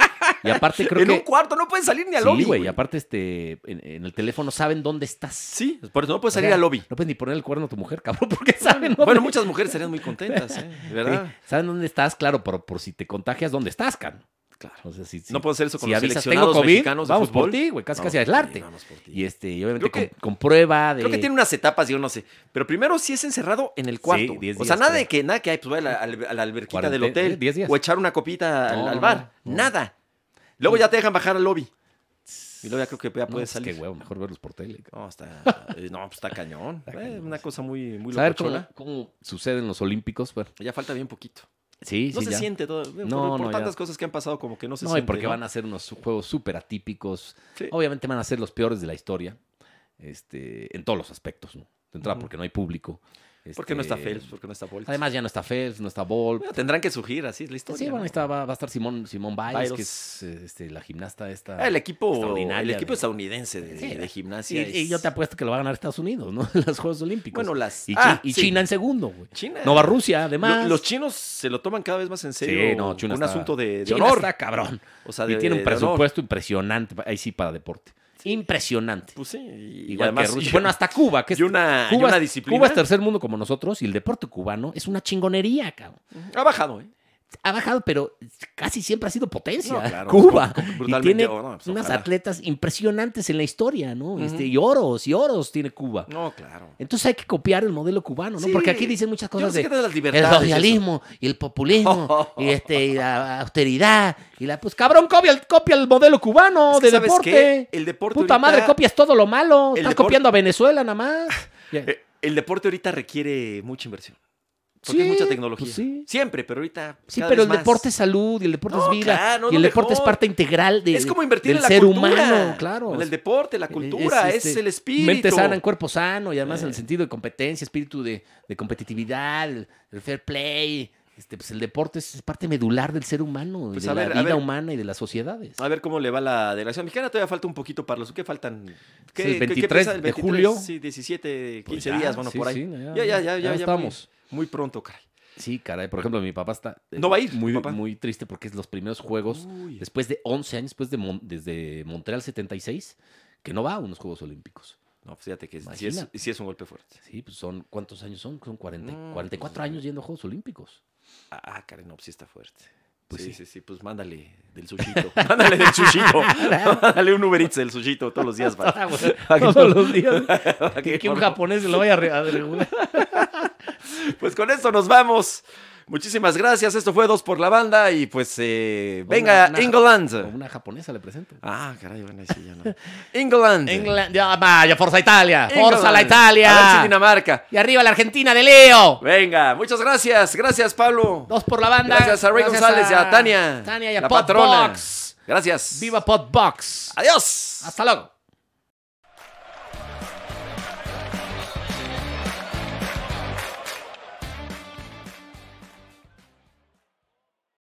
B: y aparte creo
A: en
B: que...
A: un cuarto, no pueden salir ni al
B: sí,
A: lobby.
B: güey, y aparte este, en, en el teléfono saben dónde estás.
A: Sí, por eso no puedes
B: O sea,
A: salir al lobby.
B: No puedes ni poner el cuerno a tu mujer, cabrón, porque saben dónde...
A: Bueno, muchas mujeres serían muy contentas, ¿eh? De ¿verdad?
B: Sí, saben dónde estás, claro, pero por si te contagias, dónde estás, cabrón.
A: Claro.
B: O sea, si, si-
A: No puedo hacer eso con
B: si
A: los
B: avisas,
A: seleccionados
B: tengo COVID,
A: mexicanos de
B: vamos por
A: fútbol.
B: ti, güey, casi
A: Vamos
B: casi
A: por ti,
B: aislarte.
A: vamos por ti.
B: Y este, y obviamente
A: Creo que-
B: con, con prueba de.
A: Creo que tiene unas etapas, yo no sé. Pero primero sí es encerrado en el cuarto.
B: 10
A: o sea,
B: días,
A: nada
B: creo.
A: de que, nada que, ay, pues voy a la, al- a la alberquita
B: Cuarenta-
A: del hotel.
B: eh, 10 días.
A: O echar una copita al,
B: No,
A: al
B: no,
A: bar.
B: no.
A: Nada. Luego ya te dejan bajar al lobby. Y luego ya creo que ya
B: No,
A: puedes
B: pues,
A: salir.
B: Qué huevo, mejor verlos por tele. cabrón.
A: no, está, eh, no, pues está cañón.
B: Está
A: Eh,
B: cañón,
A: una cosa muy, muy
B: Saber cómo,
A: locochona.
B: cómo sucede en los Olímpicos, bueno.
A: Ya falta bien poquito.
B: Sí,
A: No
B: sí,
A: se
B: ya.
A: siente todo. Por-
B: No,
A: por
B: no, ya.
A: tantas cosas que han pasado, como que no se
B: No, y
A: siente.
B: porque
A: ¿no?
B: van a ser unos juegos súper atípicos.
A: Sí.
B: Obviamente van a ser los peores de la historia. Este, en todos los aspectos, ¿no? De entrada,
A: Ujú.
B: porque no hay público.
A: Porque no está
B: este,
A: Phelps, porque no está Bolt.
B: Además, ya no está Phelps, no está Ball.
A: Bueno, tendrán que surgir, así es la historia.
B: sí, bueno,
A: ¿no?
B: ahí está, va, va a estar Simón, Simón Biles,
A: Biles.
B: que es eh, este, la gimnasta esta.
A: Ah, el equipo,
B: Extraordinaria
A: el equipo
B: de-
A: estadounidense de,
B: Sí.
A: de
B: y,
A: gimnasia. es-
B: y yo te apuesto que lo va a ganar Estados Unidos, ¿no? En los Juegos Olímpicos.
A: Bueno, las.
B: y, chi-
A: Ah,
B: y
A: sí.
B: China en segundo, güey.
A: China.
B: No va Rusia,
A: Lo-
B: además.
A: los chinos se lo toman cada vez más en serio.
B: Sí, no, China
A: un
B: está-
A: asunto de, de
B: China
A: honor.
B: está cabrón.
A: O sea,
B: y
A: de-
B: tiene un
A: de honor.
B: presupuesto impresionante, ahí sí, para deporte. Impresionante.
A: Pues sí. Y,
B: Igual
A: y además-
B: que Rusia.
A: y-
B: Bueno, hasta Cuba, que es
A: y una, y
B: Cuba,
A: una
B: es-
A: disciplina.
B: Cuba es tercer mundo como nosotros y el deporte cubano es una chingonería, cabrón.
A: ha bajado, ¿eh?
B: Ha bajado, pero casi siempre ha sido potencia.
A: No, claro,
B: Cuba.
A: con- con-
B: y
A: brutalmente,
B: tiene
A: oh, no, pues,
B: unas
A: ojalá.
B: atletas impresionantes en la historia, ¿no?
A: Ujú.
B: Este, y oros, y oros tiene Cuba.
A: No, claro.
B: Entonces hay que copiar el modelo cubano, ¿no?
A: Sí.
B: Porque aquí dicen muchas
A: Yo no
B: cosas
A: sé
B: de
A: qué tal las
B: el
A: libertades. eso.
B: socialismo y el populismo y este y la austeridad y la pues cabrón copia el, copia el modelo cubano
A: Es que,
B: de
A: ¿sabes
B: deporte.
A: qué? El deporte
B: Puta
A: ahorita-
B: madre, copias todo lo malo.
A: el
B: Estás
A: depor-
B: copiando a Venezuela nada más.
A: eh, El deporte ahorita requiere mucha inversión. Porque es
B: Sí,
A: mucha tecnología.
B: pues sí.
A: Siempre, pero ahorita.
B: Sí,
A: cada
B: pero
A: vez
B: el
A: más.
B: deporte es salud y el deporte
A: No,
B: es vida.
A: claro,
B: y
A: no,
B: el deporte es
A: mejor.
B: parte integral de,
A: es como invertir
B: del
A: en la
B: ser
A: cultura.
B: humano, claro.
A: En el deporte, la cultura, es,
B: este,
A: el espíritu.
B: Mente sana en cuerpo sano y además en el
A: Eh.
B: sentido de competencia, espíritu de, de competitividad, el, el fair play. Este, pues el deporte es parte medular del ser humano, y
A: Pues
B: de
A: a
B: la
A: ver, a
B: vida
A: ver. Ah,
B: humana y de las sociedades.
A: A ver cómo le va la delegación mexicana. Todavía falta un poquito para los que faltan.
B: Es el
A: piensa
B: 23 de julio.
A: Sí, 17, 15
B: Pues ya,
A: días, bueno,
B: sí,
A: por ahí.
B: sí,
A: ya, ya, ya, ya, ya,
B: estamos.
A: Muy, muy pronto, caray.
B: Sí, caray. Por ejemplo, mi papá está eh,
A: No va a ir,
B: muy,
A: papá.
B: muy triste porque es los primeros juegos
A: Uy.
B: después de 11 años, después de Mon- desde Montreal 76, que no va a unos Juegos Olímpicos.
A: No, pues fíjate que sí es,
B: Imagínate.
A: sí es un golpe fuerte.
B: Sí, pues son, ¿cuántos años son? Son 40,
A: No,
B: 44
A: pues,
B: años yendo a Juegos Olímpicos.
A: Ah, ah, caray, no, pues sí está fuerte.
B: Pues
A: sí,
B: sí.
A: sí, sí, pues mándale del sushito. Mándale del sushito. mándale un Uber Eats del sushito todos los días,
B: Ah,
A: para,
B: Todos los días.
A: para
B: Que, que
A: por
B: un
A: favor.
B: japonés se lo vaya a re- a regular.
A: Pues con esto nos vamos. Muchísimas gracias. Esto fue Dos por la Banda. Y pues eh, venga,
B: Una- una-
A: England.
B: o Una japonesa le presento.
A: Ah, caray, bueno, ahí sí ya no. England.
B: England, ya, vaya, Forza Italia. Forza
A: England.
B: la
A: A ver si
B: Italia.
A: Dinamarca.
B: Y arriba la Argentina de Leo.
A: Venga, muchas gracias. Gracias, Pablo.
B: Dos por la banda.
A: Gracias a Ray González y a Tania.
B: Tania y a
A: la
B: Podbox.
A: patrona. Gracias.
B: Viva Podbox.
A: Adiós.
B: Hasta luego.